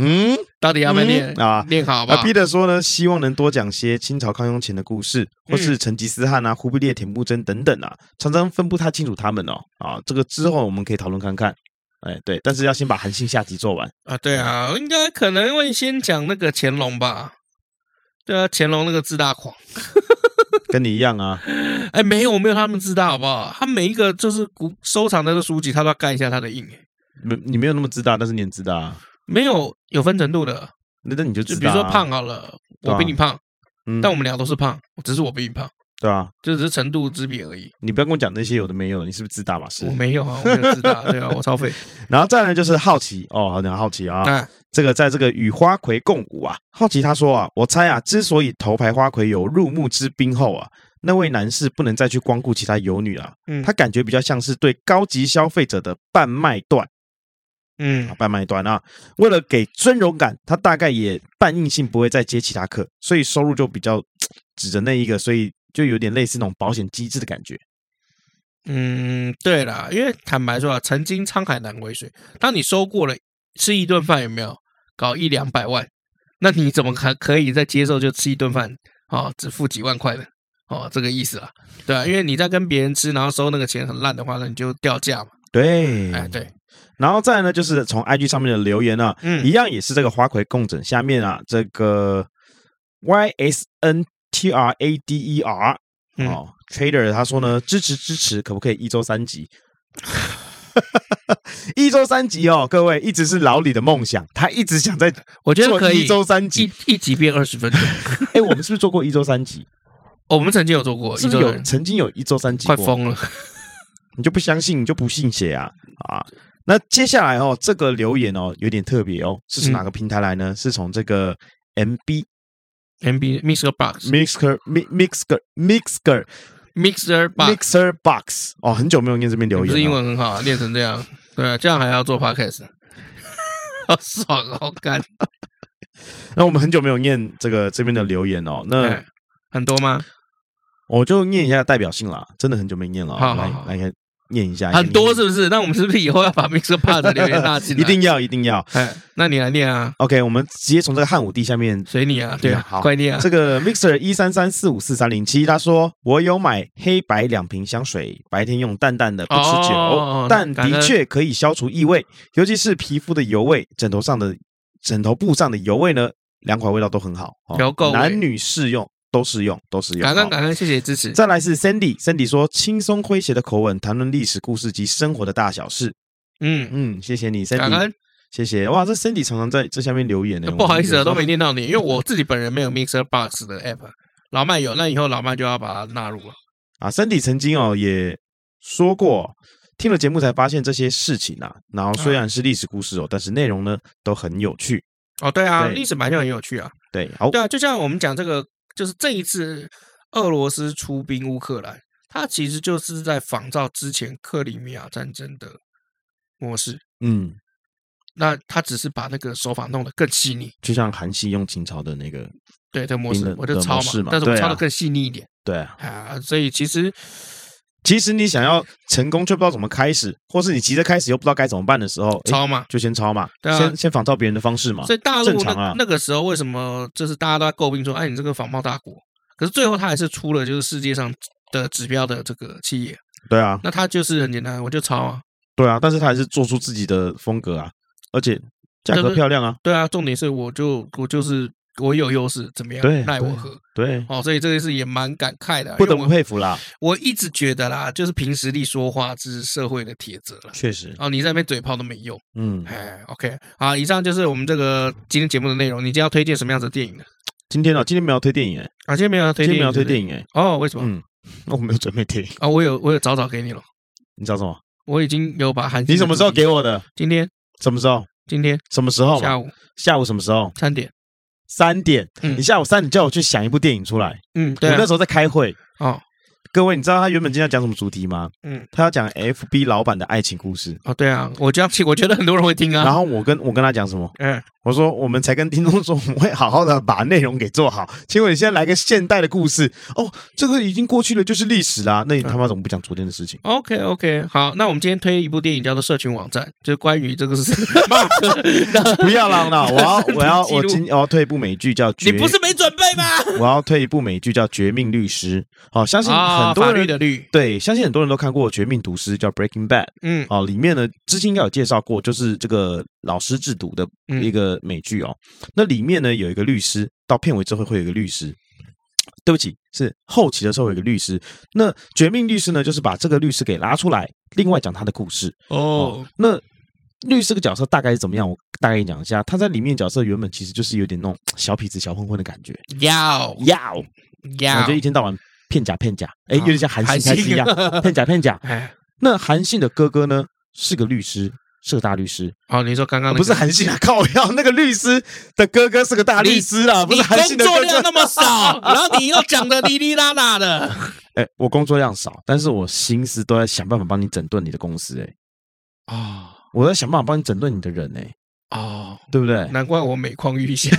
S2: 嗯，
S1: 到底要不要念
S2: 嗯啊
S1: 念好
S2: 那
S1: 吧？
S2: Peter 说呢，希望能多讲些清朝康雍乾的故事，或
S1: 嗯
S2: 是成吉思汗啊、忽必烈、铁木真等等啊，常常分不太清楚他们哦。啊，这个之后我们可以讨论看看。哎，对，但是要先把韩信下集做完。
S1: 啊，对啊，应该可能会先讲那个乾隆吧。对啊，乾隆那个自大狂，
S2: 跟你一样啊，
S1: 哎，没有没有他们自大好不好？他每一个就是古收藏的这书籍，他都要盖一下他的印，哎
S2: 没你没有那么自大，但是你很自大啊。
S1: 没有有分程度的。
S2: 那那你就
S1: 就
S2: 自
S1: 比
S2: 大
S1: 如
S2: 啊
S1: 说胖，好了，我比你胖，
S2: 嗯
S1: 但我们俩都是胖，只是我比你胖，
S2: 对啊，
S1: 就只是程度之别而已。
S2: 你不要跟我讲那些有的没有的，你是不是自大嘛？是
S1: 我。没有啊，我没有 自大，对啊，我超废。
S2: 然后再来就是好奇哦，很好奇啊，
S1: 啊，
S2: 这个在这个与花魁共舞啊，好奇他说啊，我猜啊，之所以头牌花魁有入幕之宾后啊，那位男士不能再去光顾其他游女啊，
S1: 嗯
S2: 他感觉比较像是对高级消费者的半卖断啊
S1: 嗯，
S2: 半卖断啊。为了给尊荣感，他大概也半硬性不会再接其他客，所以收入就比较指着那一个，所以就有点类似那种保险机制的感觉。
S1: 嗯，对啦，因为坦白说啊，曾经沧海难为水。当你收过了吃一顿饭，有没有搞一两百万？那你怎么还可以再接受就吃一顿饭啊、哦？只付几万块的哦，这个意思啦，对啊，因为你在跟别人吃，然后收那个钱很烂的话，那你就掉价嘛。
S2: 对，
S1: 哎，对，
S2: 然后再来呢，就是从 IG 上面的留言啊，
S1: 嗯
S2: 一样也是这个花魁共枕下面啊，这个 Y S N T R A D E R
S1: 嗯
S2: 哦，Trader 他说呢，支持支持，可不可以一周三集？ 一周三集哦，各位一直是老李的梦想，他一直想在
S1: 我觉得
S2: 做
S1: 可以
S2: 一周三集。
S1: 一一集变二十 分钟。
S2: 哎，我们是不是做过一周三集？
S1: 哦我们曾经有做过，
S2: 是
S1: 一
S2: 不
S1: 周
S2: 是有
S1: 人
S2: 曾经有一周三集
S1: 快
S2: 过？
S1: 疯了。
S2: 你就不相信，你就不信邪啊啊！那接下来哦，这个留言哦有点特别哦，是
S1: 嗯
S2: 从哪个平台来呢？是从这个 MB
S1: M B Mixer Box
S2: Mixer Mi- Mixer Mixer
S1: Mixer Box
S2: Mixer Box 哦，很久没有念这边留
S1: 不是
S2: 言
S1: 英
S2: 了。
S1: 文很好啊，练成这样，对啊，这样还要做 podcast，好爽哦，好干。
S2: 那我们很久没有念这个这边的留言哦，那
S1: 哎很多吗？
S2: 我就念一下代表性啦，真的很久没念了哦，
S1: 好好好
S2: 来来念一下，
S1: 很多
S2: 是
S1: 是不是？那我们是不是以后要把 Mixer Box 的留言纳进来？
S2: 一。定要一定要。
S1: 哎，那你来念啊，
S2: OK，我们直接从这个汉武帝下 面
S1: 随你啊，对啊
S2: 嗯，好
S1: 快念啊。
S2: 这个 Mixer 一三三四五四三零七，他说我有买黑白两瓶香水，白天用淡淡的，不吃酒，
S1: 哦
S2: 但
S1: 感
S2: 的
S1: 恩
S2: 确可以消除异味，尤其是皮肤的油味，枕头上的枕头布上的油味呢，两款味道都很好，哦
S1: 有够味
S2: 男女适用，都适用，都适用。
S1: 感恩
S2: 哦
S1: 感恩，谢谢支持。
S2: 再来是 Sandy，Sandy 说轻松诙谐的口吻谈论历史故事及生活的大小事。
S1: 嗯，
S2: 嗯，谢谢你
S1: 感
S2: ，Sandy，
S1: 恩。
S2: 谢谢。哇，这 Sandy 常常在这下面留言呢，
S1: 不好意思
S2: 我
S1: 啊，都
S2: 们有时候
S1: 没念到你，因为我自己本人没有 Mixer Box 的 app。老麦有，那以后老麦就要把它纳入了。
S2: 啊，森迪曾经哦也说过，听了节目才发现这些事情啊。然后
S1: 嗯
S2: 虽然是历史故事哦，但是内容呢都很有趣。
S1: 哦，对啊，
S2: 对
S1: 历史本来就很有趣啊。
S2: 对，好，
S1: 对啊，就像我们讲这个，就是这一次俄罗斯出兵乌克兰，它其实就是在仿照之前克里米亚战争的模式。
S2: 嗯，
S1: 那它只是把那个手法弄得更细腻，
S2: 就像韩信用秦朝的那个，
S1: 对这个模
S2: 兵
S1: 式
S2: 的，
S1: 我就
S2: 的
S1: 抄
S2: 模式嘛
S1: 但是我
S2: 对啊
S1: 抄的更细腻一点
S2: 对啊。
S1: 啊。所以其实
S2: 其实你想要成功却不知道怎么开始，或是你急着开始又不知道该怎么办的时候，诶
S1: 抄嘛，
S2: 就先抄嘛，
S1: 对啊
S2: 先先仿照别人的方式嘛
S1: 所。以大
S2: 正
S1: 陆那、
S2: 常啊
S1: 那个时候为什么就是大家都在诟病说，哎，你这个仿冒大国，可是最后它还是出了就是世界上的指标的这个企业，
S2: 对啊，
S1: 那它就是很简单，我就抄啊。
S2: 对啊，但是他还是做出自己的风格啊，而且价
S1: 就
S2: 格
S1: 是
S2: 漂亮啊。
S1: 对啊，重点是我就我就是我有优势，怎么样？
S2: 对
S1: 奈
S2: 对
S1: 我何？
S2: 对，
S1: 哦，所以这件事也蛮感慨的啊，
S2: 不得
S1: 因
S2: 不
S1: 为我
S2: 佩服啦，
S1: 我一直觉得啦，就是凭实力说话是社会的铁则了。
S2: 确实，
S1: 哦，你在那边嘴炮都没用。
S2: 嗯，
S1: 哎，OK，好，以上就是我们这个今天节目的内容。你今天要推荐什么样子的电影呢？
S2: 今天啊，今天没有推电影，诶
S1: 啊，今天没有要推
S2: 今
S1: 荐，
S2: 天没有推电
S1: 影
S2: 影，诶
S1: 是不是哦？为什么？
S2: 嗯，那我没有准备电影。
S1: 啊，我有我有早早给你了，
S2: 你找什么？
S1: 我已经有把韩信的
S2: 你什么时候
S1: 主题？
S2: 给我哦的？
S1: 今天
S2: 什么时候？
S1: 今天
S2: 什么时候嘛？
S1: 下午
S2: 下午什么时候？
S1: 三点。
S2: 三点。
S1: 嗯
S2: 你下午三点叫我去想一部电影出来。
S1: 嗯，对
S2: 我那
S1: 啊，
S2: 时候在开会。
S1: 哦
S2: 各位，你知道他原本今天要讲什么主题吗？
S1: 嗯
S2: 他要讲 FB 老板的爱情故事。
S1: 哦，对啊，我这样，我觉得很 多人会听
S2: 然
S1: 啊。
S2: 后我跟我跟他讲什么？
S1: 嗯，
S2: 我说我们才跟听众说我们会好好的把内容给做好。结果你现在来个现代的故事，哦，这个已经过去了，就是历史啦。那你他妈怎么不讲昨天的事 情？
S1: OK OK，好，那我们今天推一部电影叫做《社群网站》，就是关于这 个是骂的。
S2: 不要 啦，那我要我要
S1: 记录
S2: 我今我要推一部美剧叫《绝
S1: 你不是没准备吗？
S2: 我要推一部美剧叫《绝命律师》。好、相信
S1: 啊啊
S2: 很多
S1: 法
S2: 人
S1: 律的律，
S2: 对，相信很多人都看过《绝命毒师》叫《Breaking Bad》
S1: 嗯
S2: 哦，里面呢之前应该有介绍过，就是这个老师制毒的
S1: 嗯
S2: 一个美剧哦。那里面呢有一个律师，到片尾之后会有一个律师。对不起，是后期的时候有一个律师。那《绝命律师》呢，就是把这个律师给拉出来，另外讲他的故事。
S1: 哦，
S2: 那律师这个角色大概是怎么样？我大概讲一下，他在里面角色原本其实就是有点那种小痞子、小混混的感觉，呀
S1: 要
S2: 哦，然
S1: 要，
S2: 后就一天到晚骗假骗假，哎，有点像韩
S1: 韩
S2: 信开始一样，骗假骗假。
S1: 哎，
S2: 那韩信的哥哥呢，是个律师，是个大律师，
S1: 好，你说刚刚那个
S2: 不是韩信啊，靠要那个律师的哥哥是个大律师啊，不是韩
S1: 你
S2: 信
S1: 工
S2: 的
S1: 作
S2: 哥
S1: 量
S2: 哥。
S1: 那 么少，然后你又讲的哩哩啦啦的，
S2: 哎，我工作量少，但是我心思都在想办法帮你整顿你的公司，哎，
S1: 哦
S2: 我在想办法帮你整顿你的人，哎，
S1: 哦，
S2: 对不 对？
S1: 难怪我每况愈 下。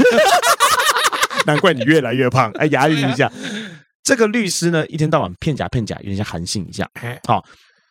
S2: 难怪你越来越胖，哎，押韵一 下。这个律师呢，一天到晚骗假骗假，有点像韩信一下。
S1: 哎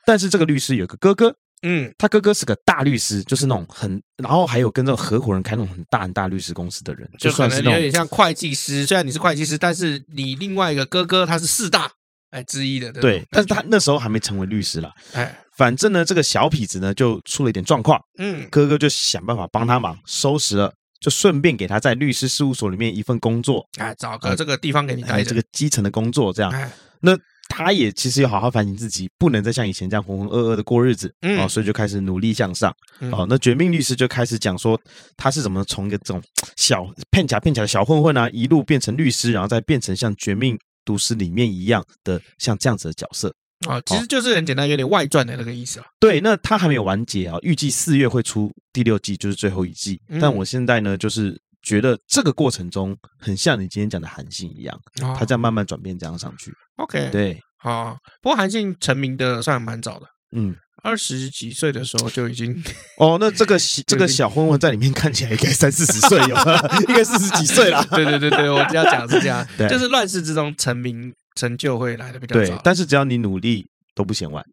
S2: 但是这个律师有个哥哥，
S1: 嗯
S2: 他哥哥是个大律师，就是那种很，然后还有跟这种合伙人开那种很大很大律师公司的人，
S1: 就可
S2: 算
S1: 能
S2: 是
S1: 有
S2: 那
S1: 点
S2: 种
S1: 像会计师，虽然你是会计师，但是你另外一个哥哥他是四大哎之一的，
S2: 对。但是他那时候还没成为律师啦。
S1: 哎
S2: 反正呢，这个小痞子呢就出了一点状况，
S1: 嗯
S2: 哥哥就想办法帮他忙，收拾了，就顺便给他在律师事务所里面一份工作，
S1: 哎，找个这个地方给你
S2: 还
S1: 待
S2: 有
S1: 着
S2: 呃哎这，个基层的工作这样。
S1: 哎
S2: 那他也其实要好好反省自己，不能再像以前这样浑浑噩噩的过日子，
S1: 嗯
S2: 哦，所以就开始努力向上。
S1: 嗯
S2: 哦，那绝命律师就开始讲说他是怎么从一个这种小骗假骗假的小混混啊，一路变成律师，然后再变成像绝命毒师里面一样的像这样子的角色。
S1: 哦，其实就是很简单，有点外传的那个意思了。啊
S2: 对，那他还没有完结啊，预计四月会出第六季，就是最后一季。
S1: 嗯
S2: 但我现在呢，就是觉得这个过程中很像你今天讲的韩信一样，
S1: 哦
S2: 他这样慢慢转变，这样上去。
S1: OK
S2: 对，
S1: 好，不过韩信成名的算蛮早的，
S2: 嗯，
S1: 二十几岁的时候就 已经。
S2: 哦，那这个小这个小混混在里面看起来应该三四十岁有 了，应该四十几岁啦
S1: 对对对对，我就要讲是这样
S2: 对，
S1: 就是乱世之中成名成就会来的比较
S2: 对
S1: 早，。
S2: 但是只要你努力都不嫌晚。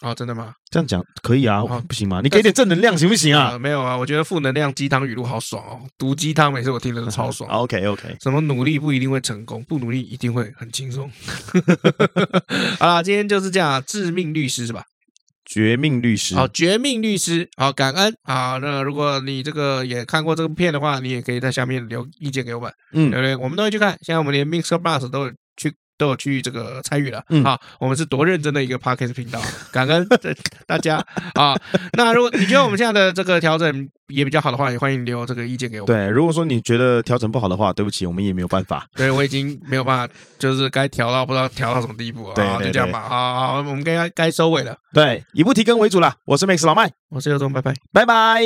S1: 哦，真的吗？
S2: 这样讲可以啊
S1: 好，
S2: 不行吗？你给点正能量行不行啊
S1: 呃没有啊，我觉得负能量鸡汤语录好爽哦，毒鸡汤每次我听 了都呃超爽。
S2: ？OK OK，
S1: 什么努力不一定会成功，不努力一定会很轻松。 好啦，今天就是这样啊，致命律师是吧？
S2: 绝命律师
S1: 好，绝命律师，好，感恩好，那如果你这个也看过这部片的话，你也可以在下面留意见给我们。对
S2: 嗯，
S1: 不对？我们都会去看。现在我们连 Mixer Bus 都有去都有去这个参与了、
S2: 嗯
S1: 啊！我们是多认真的一个 Podcast 频道，感恩这大家啊！那如果你觉得我们现在的这个调整也比较好的话，也欢迎留这个意见给我们。
S2: 对。如果说你觉得调整不好的话，对不起，我们也没有办法。
S1: 对，我已经没有办法，就是该调到不知道调到什么地步了啊！
S2: 对对
S1: 就这样吧，好，好，我们该该收尾了。
S2: 对，以不提更为主啦。我是 Max 老麦，
S1: 我是尤总，拜拜。
S2: 拜拜。